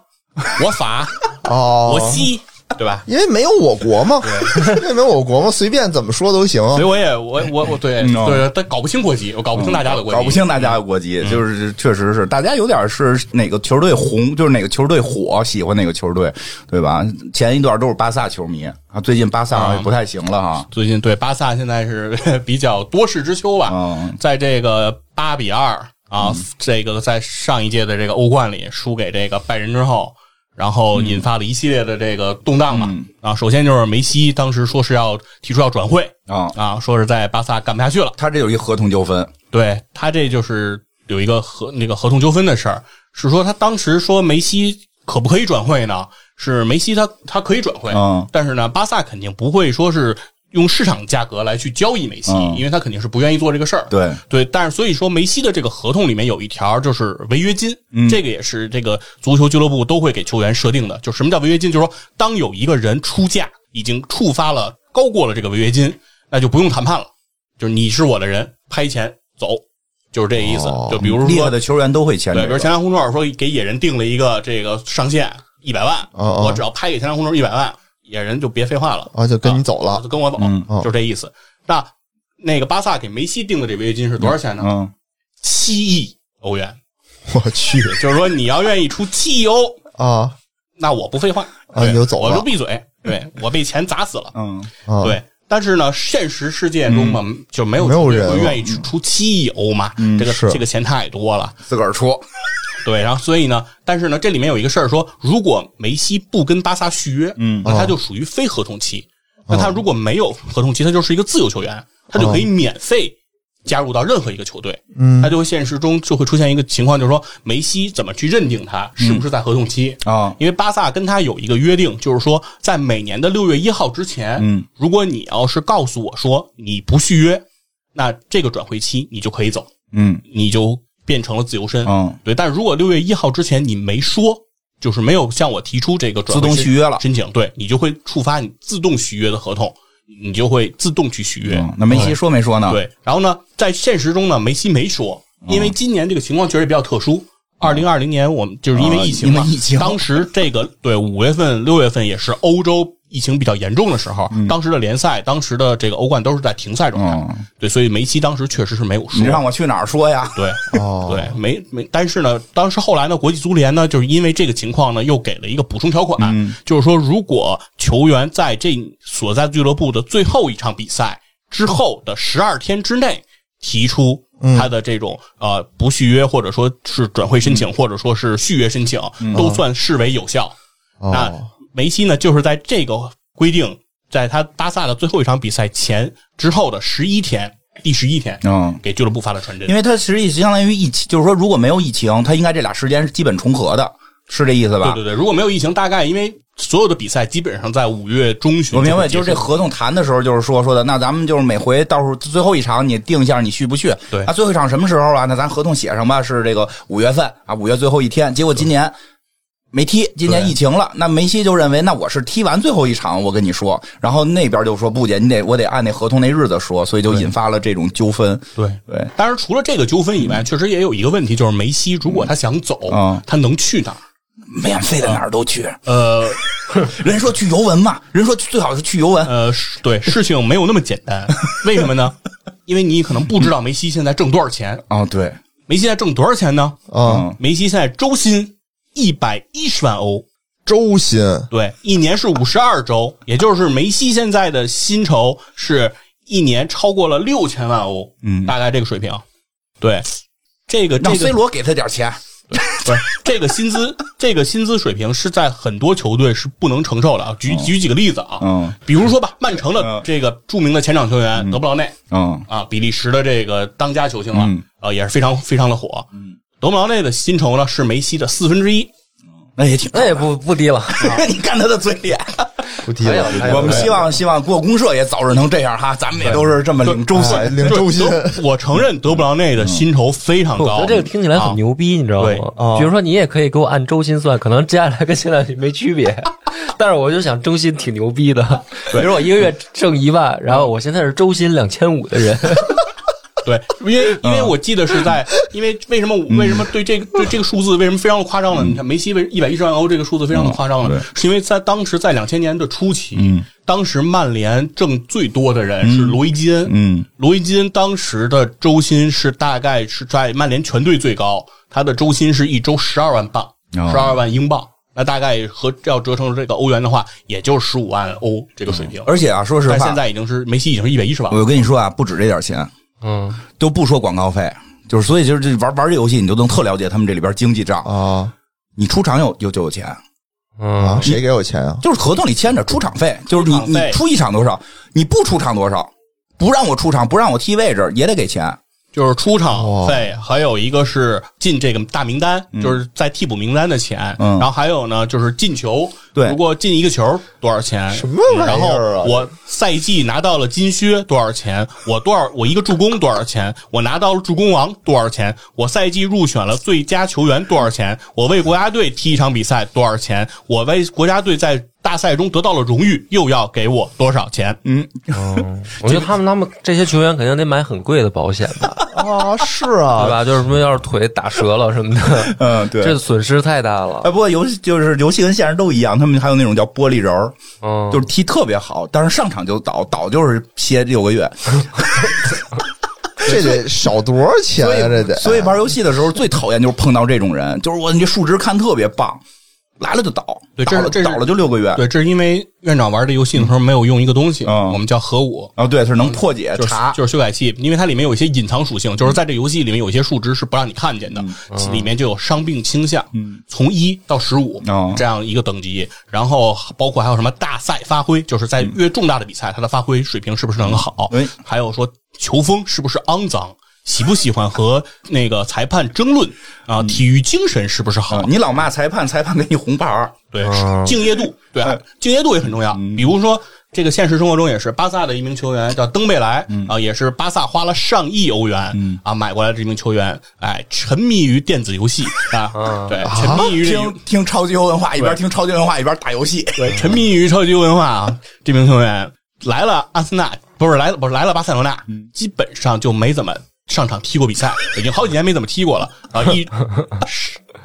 D: 我法、
C: 哦
D: 我，西，对吧？
C: 因为没有我国嘛， 因为没有我国嘛，随便怎么说都行。
D: 所以我也我我我对
A: 嗯哦
D: 对，但搞不清国籍，我搞不清大家的国籍，嗯
A: 搞不清大家的国籍，就是确实是大家有点是哪个球队红，就是哪个球队火，喜欢哪个球队，对吧？前一段都是巴萨球迷啊，最近巴萨好像也不太行了哈。
D: 最近对巴萨现在是 比较多事之秋吧，
A: 嗯
D: 在这个八比二啊，这个在上一届的这个欧冠里输给这个拜仁之后，然后引发了一系列的这个动荡嘛。啊，首先就是梅西当时说是要提出要转会
A: 啊，
D: 啊，说是在巴萨干不下去了，
A: 他这有一合同纠纷，
D: 对他这就是有一个合那个合同纠纷的事儿，是说他当时说梅西可不可以转会呢？是梅西他他可以转会，
A: 嗯
D: 但是呢，巴萨肯定不会说是用市场价格来去交易梅西，
A: 嗯
D: 因为他肯定是不愿意做这个事儿。
A: 对
D: 对，但是所以说梅西的这个合同里面有一条就是违约金，
C: 嗯
D: 这个也是这个足球俱乐部都会给球员设定的。就什么叫违约金？就是说当有一个人出价已经触发了高过了这个违约金，那就不用谈判了，就是你是我的人，拍钱走，就是这个意思。
C: 哦
D: 就比如
A: 厉害
D: 说
A: 的球员都会签这
D: 对，比如
A: 个。
D: 前田红壮说给野人定了一个这个上限一百万，
C: 哦哦
D: 我只要拍给前田红壮一百万，野人就别废话了，
C: 啊，就跟你走
D: 啊
C: 了
D: 就跟我走，
A: 嗯
C: 哦
D: 就这意思。那那个巴萨给梅西定的这违约金是多少钱呢？
A: 嗯，
D: 七亿欧元，
C: 我去
D: 就是说你要愿意出七亿欧，
C: 啊
D: 那我不废话，
C: 啊
D: 对
C: 你就走了
D: 我就闭嘴，对我被钱砸死了，
A: 嗯，
C: 啊！，嗯
D: 对。但是呢，现实世界中嘛，就没有
C: 没有
D: 球队
C: 人
D: 会
C: 了嗯
D: 愿意去出七亿欧嘛，这个
C: 是
D: 这个钱太多了，
A: 自个儿出，
D: 对，然后所以呢，但是呢，这里面有一个事儿说，如果梅西不跟巴萨续约，
A: 嗯
D: 那他就属于非合同期。那他如果没有合同期，他就是一个自由球员，他就可以免费加入到任何一个球队。
C: 嗯
D: 他就会现实中就会出现一个情况，就是说梅西怎么去认定他是不是在合同期
A: 啊
D: 因为巴萨跟他有一个约定，就是说在每年的六月一号之前，
A: 嗯，
D: 如果你要是告诉我说你不续约，那这个转会期你就可以走，
A: 嗯
D: 你就变成了自由身。
A: 嗯，
D: 对，但如果六月一号之前你没说，就是没有向我提出这个转会
A: 自动续约了
D: 申请，对你就会触发你自动续约的合同，你就会自动去许愿。
A: 嗯那梅西说没说呢？，
D: 对，然后呢，在现实中呢，梅西没说，
A: 嗯
D: 因为今年这个情况确实比较特殊。二零二零年我们就是因为疫情嘛，
A: 啊因为疫情
D: 当时这个对五月份、六月份也是欧洲疫情比较严重的时候，当时的联赛、当时的这个欧冠都是在停赛状态。
A: 嗯
D: 对，所以梅西当时确实是没有
A: 你
D: 说。
A: 让我去哪儿说呀？
D: 对，
C: 哦，
D: 对，没没，但是呢，当时后来呢，国际足联呢，就是因为这个情况呢，又给了一个补充条款，
C: 嗯
D: 就是说，如果球员在这所在俱乐部的最后一场比赛之后的十二天之内提出
C: 嗯
D: 他的这种、呃不续约，或者说是转会申请，
C: 嗯
D: 或者说是续约申请，都算视为有效。那
C: 哦，
D: 梅西呢，就是在这个规定，在他巴萨的最后一场比赛前之后的十一天，第十一天，
C: 哦
A: 嗯，
D: 给俱乐部发了传真
A: 因。为它其实也相当于疫情，就是说如果没有疫情，它应该这俩时间是基本重合的，是这意思吧？
D: 对对对，如果没有疫情，大概因为所有的比赛基本上在五月中旬，
A: 我明白，就是这。合同谈的时候，就是说说的，那咱们就是每回到时候最后一场，你定一下你续不续？
D: 对
A: 啊，最后一场什么时候啊？那咱合同写上吧，是这个五月份啊，五月最后一天。结果今年没踢，今年
D: 对
A: 疫情了，那梅西就认为，那我是踢完最后一场，我跟你说，然后那边就说不姐，你得我得按那合同那日子说，所以就引发了这种纠纷。
D: 对，
A: 对，
D: 当然除了这个纠纷以外，确实也有一个问题，就是梅西如果他想走，
A: 嗯
D: 他能去哪儿？
A: 免费的哪儿都去，
D: 呃
A: 人说去尤文嘛，人说最好是去尤文。
D: 呃，是 对，事情没有那么简单。为什么呢？因为你可能不知道梅西现在挣多少钱。
A: 哦，对，
D: 梅西现在挣多少钱呢？
C: 嗯，
A: 嗯
D: 梅西现在周薪一百一十万欧，
C: 周薪
D: 对，一年是五十二周，也就是梅西现在的薪酬是一年超过了六千万欧，
A: 嗯
D: 大概这个水平。对，这个
A: 让
D: 这
A: C
D: 个
A: 罗给他点钱。
D: 不是这个薪资，这个薪资水平是在很多球队是不能承受的啊。举举几个例子啊，
A: 嗯
D: 比如说吧，曼城的
A: 嗯
D: 这个著名的前场球员德布劳内
A: 嗯
D: 啊，比利时的这个当家球星了
A: 嗯，
D: 呃，也是非常非常的火。德布劳内的薪酬呢是梅西的四分之一，
A: 那也挺
B: 那也不不低了。
A: 你看他的嘴脸。
C: 不低
B: 还有
C: 了
B: 还，有
A: 我们 希望希望国公社也早日能这样哈，咱们也都是这么领周
C: 哎
A: 岁。
C: 领 周薪，
D: 德我承认德布劳内的薪酬非常
B: 我
D: 高，
B: 觉得这个听起来
D: 啊
B: 很牛逼，你知道
D: 对
B: 吗？啊比如说，你也可以给我按周薪算，可能接下来跟现在没区别， 但是我就想周薪挺牛逼的。比如我一个月挣一万，然后我现在是周薪两千五的 人，
D: 对，因为
B: 嗯
D: 因为我记得是 在，因为为什么为什么对这个对这个数字为什么非常的夸
B: 嗯
D: 张呢？你看梅西为一百一十万欧这个数字非常的夸张了，是因为在当时在两千年的初期，
B: 嗯
D: 当时曼联挣最多的人是罗伊基恩，
A: 嗯，
D: 罗伊基恩当时的周薪是大概是在曼联全队最高，他的周薪是一周十二万镑，
B: 哦
D: 十二万英镑。那大概和要折成这个欧元的话，也就十五万欧这个水平。
A: 而且啊，说实
D: 但
A: 话
D: 现，在已经是嗯梅西已经是一百一十万了。
A: 我跟你说啊，不止这点钱，
B: 嗯，
A: 都不说广告费，就是所以就是这玩玩这游戏，你就能特了解他们这里边经济账。
C: 啊
A: 你出场有有就有钱，
B: 嗯
C: 啊，，谁给我钱啊？
A: 就是合同里签着出场费，就是你
D: 出场
A: 你
D: 费
A: 出一场多少，你不出场多少，不让我出场，不让我踢位置也得给钱。
D: 就是出场嗯费，还有一个是进这个大名单，就是在替补名单的钱。
A: 嗯
D: 然后还有呢，就是进球，
A: 对
D: 如果进一个球多少钱？
C: 什么玩意儿啊
D: 然后我赛季拿到了金靴多少钱？我多少？我一个助攻多少钱？我拿到了助攻王多少钱？我赛季入选了最佳球员多少钱？我为国家队踢一场比赛多少钱？我为国家队在大赛中得到了荣誉又要给我多少钱？
B: 我觉得他们他们这些球员肯定得买很贵的保险 吧，
C: 啊，是
B: 对
C: 啊，
B: 吧？就是什么要是腿打折了什么 的，
A: 嗯，对
B: 这损失太大
A: 哎，
B: 了。
A: 不过游戏就是游戏跟现实都一样，他们还有那种叫玻璃人儿，
D: 哦
B: 嗯，
A: 就是踢特别好，但是上场就倒，倒就是歇六个月。
C: 这得少多少钱
A: 所以
C: 啊？这得，
A: 所以玩游戏的时候最讨厌就是碰到这种人，就是我你这数值看特别棒，来了就倒，
D: 对这
A: 倒
D: 是
A: 了
D: 这是
A: 倒了就六个月。
D: 对，这是因为院长玩这游戏的时候没有用一个东西，
A: 啊嗯
D: 我们叫核武。
A: 啊，对，是能破解
D: 就是
A: 查，
D: 就是修改器，因为它里面有一些隐藏属性，就是在这游戏里面有一些数值是不让你看见的，
A: 嗯
D: 里面就有伤病倾向，从一到十五
A: 哦
D: 这样一个等级，然后包括还有什么大赛发挥，就是在越重大的比赛，它的发挥水平是不是能好
A: 嗯哎，
D: 还有说球风是不是肮脏。喜不喜欢和那个裁判争论
A: 嗯
D: 啊？体育精神是不是好
A: 啊？你老骂裁判，裁判给你红牌儿
D: 对，是敬业度，对啊，敬业度也很重要。比如说，这个现实生活中也是，巴萨的一名球员叫登贝莱啊，也是巴萨花了上亿欧元啊买过来这名球员，哎，沉迷于电子游 戏啊，对，沉迷于这
A: 听听超级文化，一边听超级文化一边打游戏，
D: 对，沉迷于超级文化啊，这名球员。来了阿森纳，不是来了，不是来了巴塞罗那，基本上就没怎么上场踢过比 赛，已经好几年没怎么踢过了。啊， 一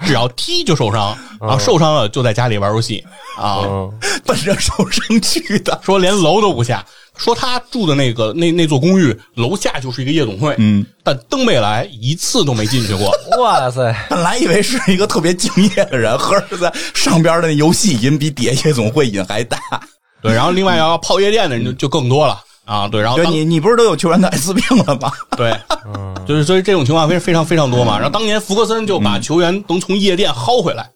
D: 只要踢就受伤，然后受伤了就在家里玩游戏啊，
B: 嗯，
A: 奔着受伤去的。
D: 说连楼都不下。说他住的那个那那座公寓楼下就是一个夜总会，
A: 嗯，
D: 但登贝莱一次都没进去过，
B: 哇塞，
A: 本来以为是一个特别敬业的人，合着在上边的那游戏瘾比底下夜总会瘾还大。
D: 对，然后另外要泡夜店的人就就更多了啊，对，然后
A: 对
D: 当
A: 你，你不是都有球员的艾滋病了 吗？
D: 对，就是所以这种情况非非常非常多嘛。然后当年福克森就
A: 嗯
D: 把球员能从夜店薅回 来，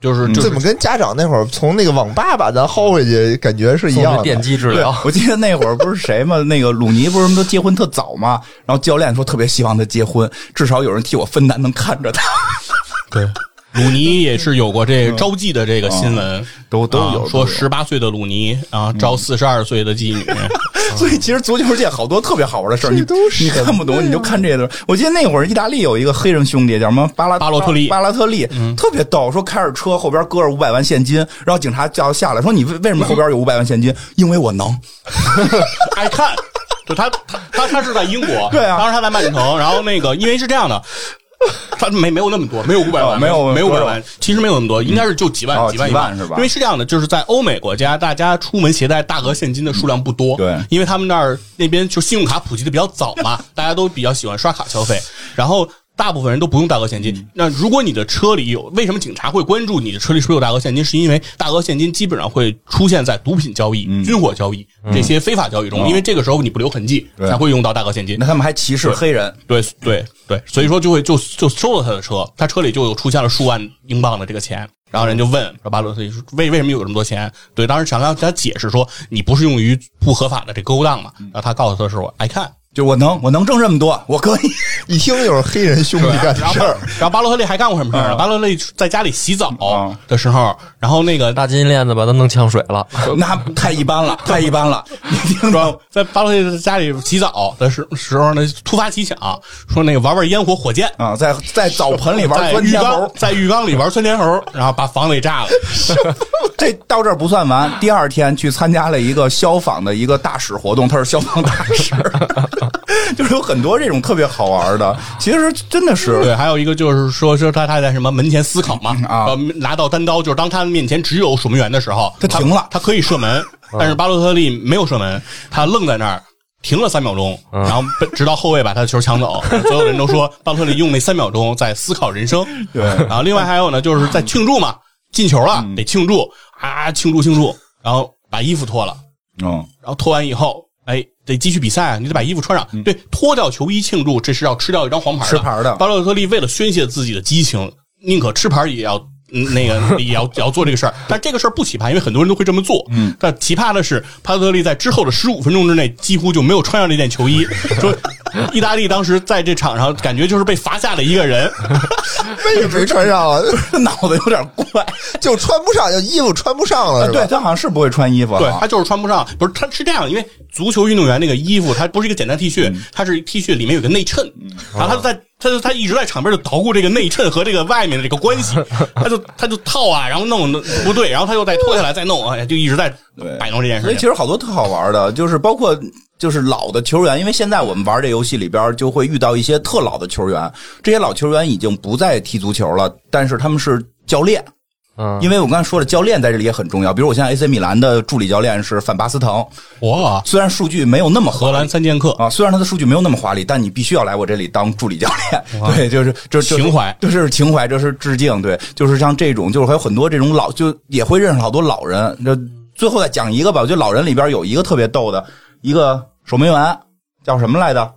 D: 就是
A: 嗯
D: 就
C: 怎
D: 是
C: 么跟家长那会儿从那个网吧把咱薅回去，感觉是一
B: 送
C: 样
B: 去
C: 的。
B: 电击治
D: 啊
B: 疗，
A: 我记得那会儿不是谁嘛，那个鲁尼不是都结婚特早嘛，然后教练说特别希望他结婚，至少有人替我分担，能看着他。
D: 对。鲁尼也是有过这招妓的这个新闻，
A: 嗯都都有
D: 啊
A: 都
D: 说
A: 有
D: 十八岁的鲁尼啊招四十二岁的妓女，
A: 所以其实足球界好多特别好玩的事儿，你
C: 这都啊什
A: 你
C: 么呀
A: 看不懂，你就看这些东西。我记得那会儿意大利有一个黑人兄弟叫什么巴拉
D: 巴洛特利嗯
A: 巴拉特利特别逗，说开着车后边搁着五百万现金，然后警察叫下来说你为为什么后边有五百万现金？因为我能。
D: 爱看，就他他他他是在英国，
A: 对啊
D: 当时他在曼城，然后那个因为是这样的。他没没有那么多，没有五百
A: 哦
D: 万，
A: 没有
D: 没有五
A: 多
D: 百
A: 少
D: 万，其实没有那么多，应该是就几万、
A: 哦
D: 几万
A: 几万
D: 一
A: 是吧
D: 因为是这样的，就是在欧美国家，大家出门携带大额现金的数量不多，
A: 对
D: 因为他们那儿那边就信用卡普及的比较早嘛，大家都比较喜欢刷卡消费，然后。大部分人都不用大额现金。那如果你的车里有，为什么警察会关注你的车里是不是有大额现金？是因为大额现金基本上会出现在毒品交易、军火交易这些非法交易中，因为这个时候你不留痕迹，
A: 对
D: 才会用到大额现金
A: 那。他们还歧视黑人，
D: 对对对，所以说就会就就收了他的车，他车里就有出现了数万英镑的这个钱，然后人就问巴洛特利说为为什么有这么多钱？对，当时想让他解释说你不是用于不合法的这勾当嘛，
A: 嗯
D: 然后他告诉他是我 I can，
A: 就我能，我能挣这么多，我可以。
C: 一听就是黑人兄弟干的
D: 然后
C: 事儿，
D: 然后巴洛特利还干过什么事儿
A: 嗯
D: 呢？巴洛特利在家里洗澡
A: 嗯
D: 的时候，然后那个
B: 大金链子把他弄呛水了，
A: 那太一般 了，太一般了。你听着，
D: 在巴洛特利家里洗澡的时时候呢，突发奇想说那个玩玩烟火火箭。
A: 啊，在在澡盆里玩
D: 在
A: 钻
D: 浴
A: 天
D: 缸
A: 猴，，
D: 在浴缸里玩窜天猴，然后把房子给炸了。
A: 这到这儿不算完。第二天去参加了一个消防的一个大使活动，他是消防大 使， 就是有很多这种特别好玩的。其实真的是
D: 对，还有一个就是说，说他他在什么门前思考嘛，
A: 啊
D: 呃，拿到单刀，就是当他面前只有守门员的时候，
A: 他停了
D: 他可以射门，但是巴洛特利没有射门，他愣在那儿。停了三秒钟，然后被直到后卫把他的球抢走，所有人都说巴洛特利用那三秒钟在思考人生。
A: 对
D: 然后另外还有呢，就是在庆祝嘛，进球了得庆祝啊，庆祝庆祝，然后把衣服脱了，
A: 嗯，
D: 然后脱完以后，哎，得继续比赛啊，你得把衣服穿上。对，脱掉球衣庆祝，这是要吃掉一张黄牌的。
A: 吃牌的
D: 巴洛特利为了宣泄自己的激情，宁可吃牌也要。嗯 那个也要也要做这个事儿，但这个事儿不奇葩，因为很多人都会这么做。嗯，但奇葩的是，巴洛特利在之后的十五分钟之内几乎就没有穿上这件球衣。说意大利当时在这场上感觉就是被罚下的一个人，
C: 为什么没穿上啊？
A: 脑子有点怪。
D: 啊
C: 就穿不上，就衣服穿不上了，是吧？
A: 啊对他好像是不会穿衣服，啊
D: 对他就是穿不上，不是他是这样，因为足球运动员那个衣服，它不是一个简单 T 恤，
A: 嗯
D: 它是 T 恤里面有个内衬，然后他在他就他一直在场边就捣鼓这个内衬和这个外面的这个关系，他就他就套啊，然后弄弄不对，然后他又再脱下来再弄，哎，就一直在
A: 对
D: 摆弄这件
A: 所
D: 事
A: 以其
D: 情。
A: 实好多特好玩的，就是包括就是老的球员，因为现在我们玩这游戏里边就会遇到一些特老的球员，这些老球员已经不再踢足球了，但是他们是教练，
B: 嗯，
A: 因为我刚才说了，教练在这里也很重要。比如我现在 AC 米兰的助理教练是范巴斯滕，
D: 哇，
A: 虽然数据没有那么
D: 荷
A: 好。
D: 兰三剑客，
A: 啊，虽然他的数据没有那么华丽，但你必须要来我这里当助理教练。对，就是这这
D: 情怀
A: 这是情怀，这是致敬。对，就是像这种，就是还有很多这种老，就也会认识好多老人。这最后再讲一个吧，我觉得老人里边有一个特别逗的，一个守门员叫什么来着？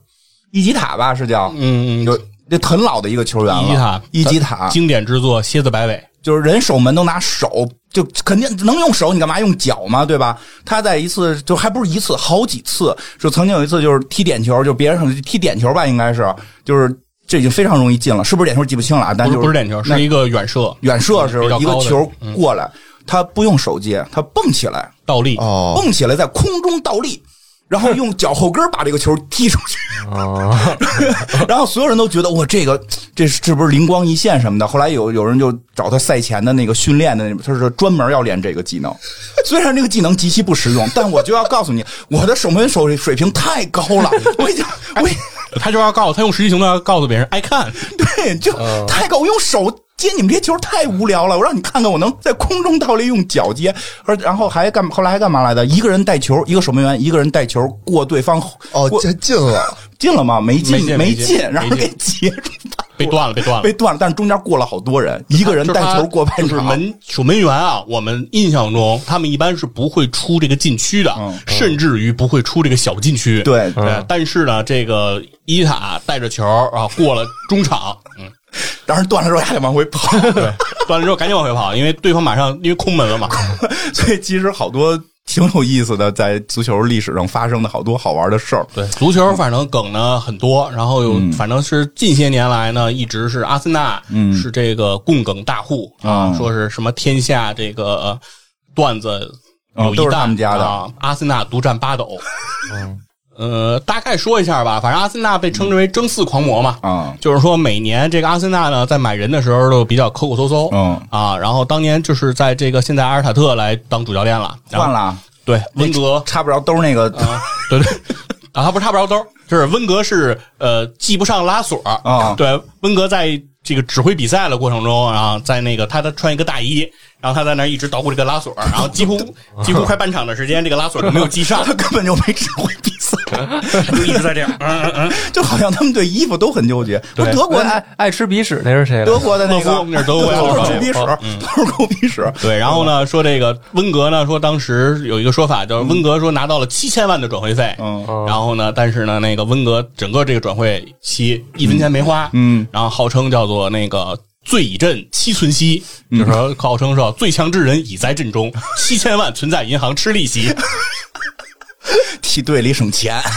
A: 伊吉塔吧，是叫
D: 嗯，
A: 有这很老的一个球员了。
D: 伊吉塔
A: 伊吉塔，
D: 经典之作《蝎子摆尾》，
A: 就是人守门都拿手，就肯定能用手，你干嘛用脚嘛，对吧？他在一次就还不是一次，好几次，就曾经有一次就是踢点球，就别人可能踢点球吧，应该是就是这已经非常容易进了，是不是点球记不清了啊？但
D: 不
A: 就是
D: 不是点球，
A: 那
D: 是一个远射
A: 远射时候
D: 比较
A: 一个
D: 高的
A: 球过来，他不用手接，他蹦起来，
D: 倒立。
C: 哦，
A: 蹦起来在空中倒立。然后用脚后跟把这个球踢出去， 然后所有人都觉得哇，这个这是不是灵光一现什么的？后来有有人就找他赛前的那个训练的那，他说专门要练这个技能。虽然这个技能极其不实用，但我就要告诉你，我的守门手水平太高了，我已经我已
D: 他就要告诉他用实际行动要告诉别人 ，I can，
A: 对就太高，我用手接你们这些球太无聊了，我让你看看我能在空中倒立用脚接，而然后还干后来还干嘛来的？一个人带球，一个守门员一个人带球过对方
C: 哦
A: 过，
C: 这进了，
A: 进了吗？没进，
D: 没进没进
A: 进，然后
D: 没
A: 给
D: 进
A: 截住了，
D: 被断了，被断了
A: 被。断了。但是中间过了好多人，一个人带球过半
D: 就是
A: 场，
D: 门守门员啊，我们印象中他们一般是不会出这个禁区的，甚至于不会出这个小禁区。
A: 嗯对
D: 对，但是呢，这个伊塔带着球啊过了中场， 嗯，
A: 当时断了之后还得往回跑。
D: 断了之后赶紧往回跑，因为对方马上因为空门了嘛。
A: 所以其实好多挺有意思的，在足球历史上发生的好多好玩的事儿。
D: 对，足球反正梗呢很多，然后
A: 嗯
D: 有、反正是近些年来呢，一直是阿森纳、是这个供梗大户啊，
A: 嗯
D: 说是什么天下这个呃段子
A: 嗯
D: 有一
A: 都是
D: 大
A: 他们家的嗯
D: 啊，阿森纳独占 八斗。呃，大概说一下吧，反正阿森纳被称之为争四狂魔嘛，
A: 啊
D: 就是说每年这个阿森纳呢，在买人的时候都比较抠抠搜搜，
A: 嗯
D: 啊，然后当年就是在这个现在阿尔塔特来当主教练了，然后
A: 换了啊，
D: 对温格
A: 插不着兜那个
D: 啊， 对对，啊，他不是插不着兜儿，就是温格是呃系不上拉锁儿
A: 啊
D: 对，温格在这个指挥比赛的过程中，然后在那个他他穿一个大衣，然后他在那儿一直捣鼓这个拉锁儿，然后几乎几乎快半场的时间，这个拉锁儿就没有系上
A: 他， 根本就没指挥比 赛，
D: 就一直在这样，嗯嗯嗯，
A: 就好像他们对衣服都很纠结。不是
D: 对
A: 德国
B: 爱爱吃鼻屎那是谁来着？
A: 德国的那
D: 勒
A: 个
D: 夫那是德国呀
A: 都是
D: 勒
A: 狗
D: 夫
A: 鼻屎，都是狗鼻屎。
D: 对，然后呢，说这个温格呢，说当时有一个说法，就是温格说拿到了七千万的转会费，
A: 嗯
B: 哦
D: 然后呢，但是呢，那个温格整个这个转会期一分钱没花，
A: 嗯，
D: 然后号称叫做那个。最以阵七存息，就是说号称说最强之人已在阵中，七千万存在银行吃利息。
A: 替队里省钱。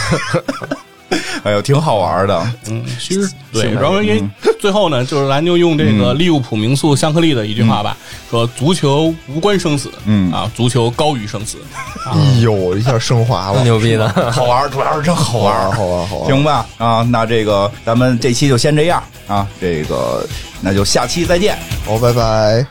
A: 哎呦，挺好玩 的。
D: 嗯，其实对，
A: 行吧
D: 然后因为最后呢，就是咱就用这个利物浦名宿香克利的一句话吧，说足球无关生死，
A: 嗯
D: 啊，足球高于生死。
C: 哎呦，一下升华
B: 那
C: 了，
B: 牛逼的，
A: 好玩儿，主要是真好玩儿，
C: 好玩儿好玩儿好玩儿
A: 行吧，啊，那这个咱们这期就先这样啊，这个那就下期再见。
C: 好，拜拜。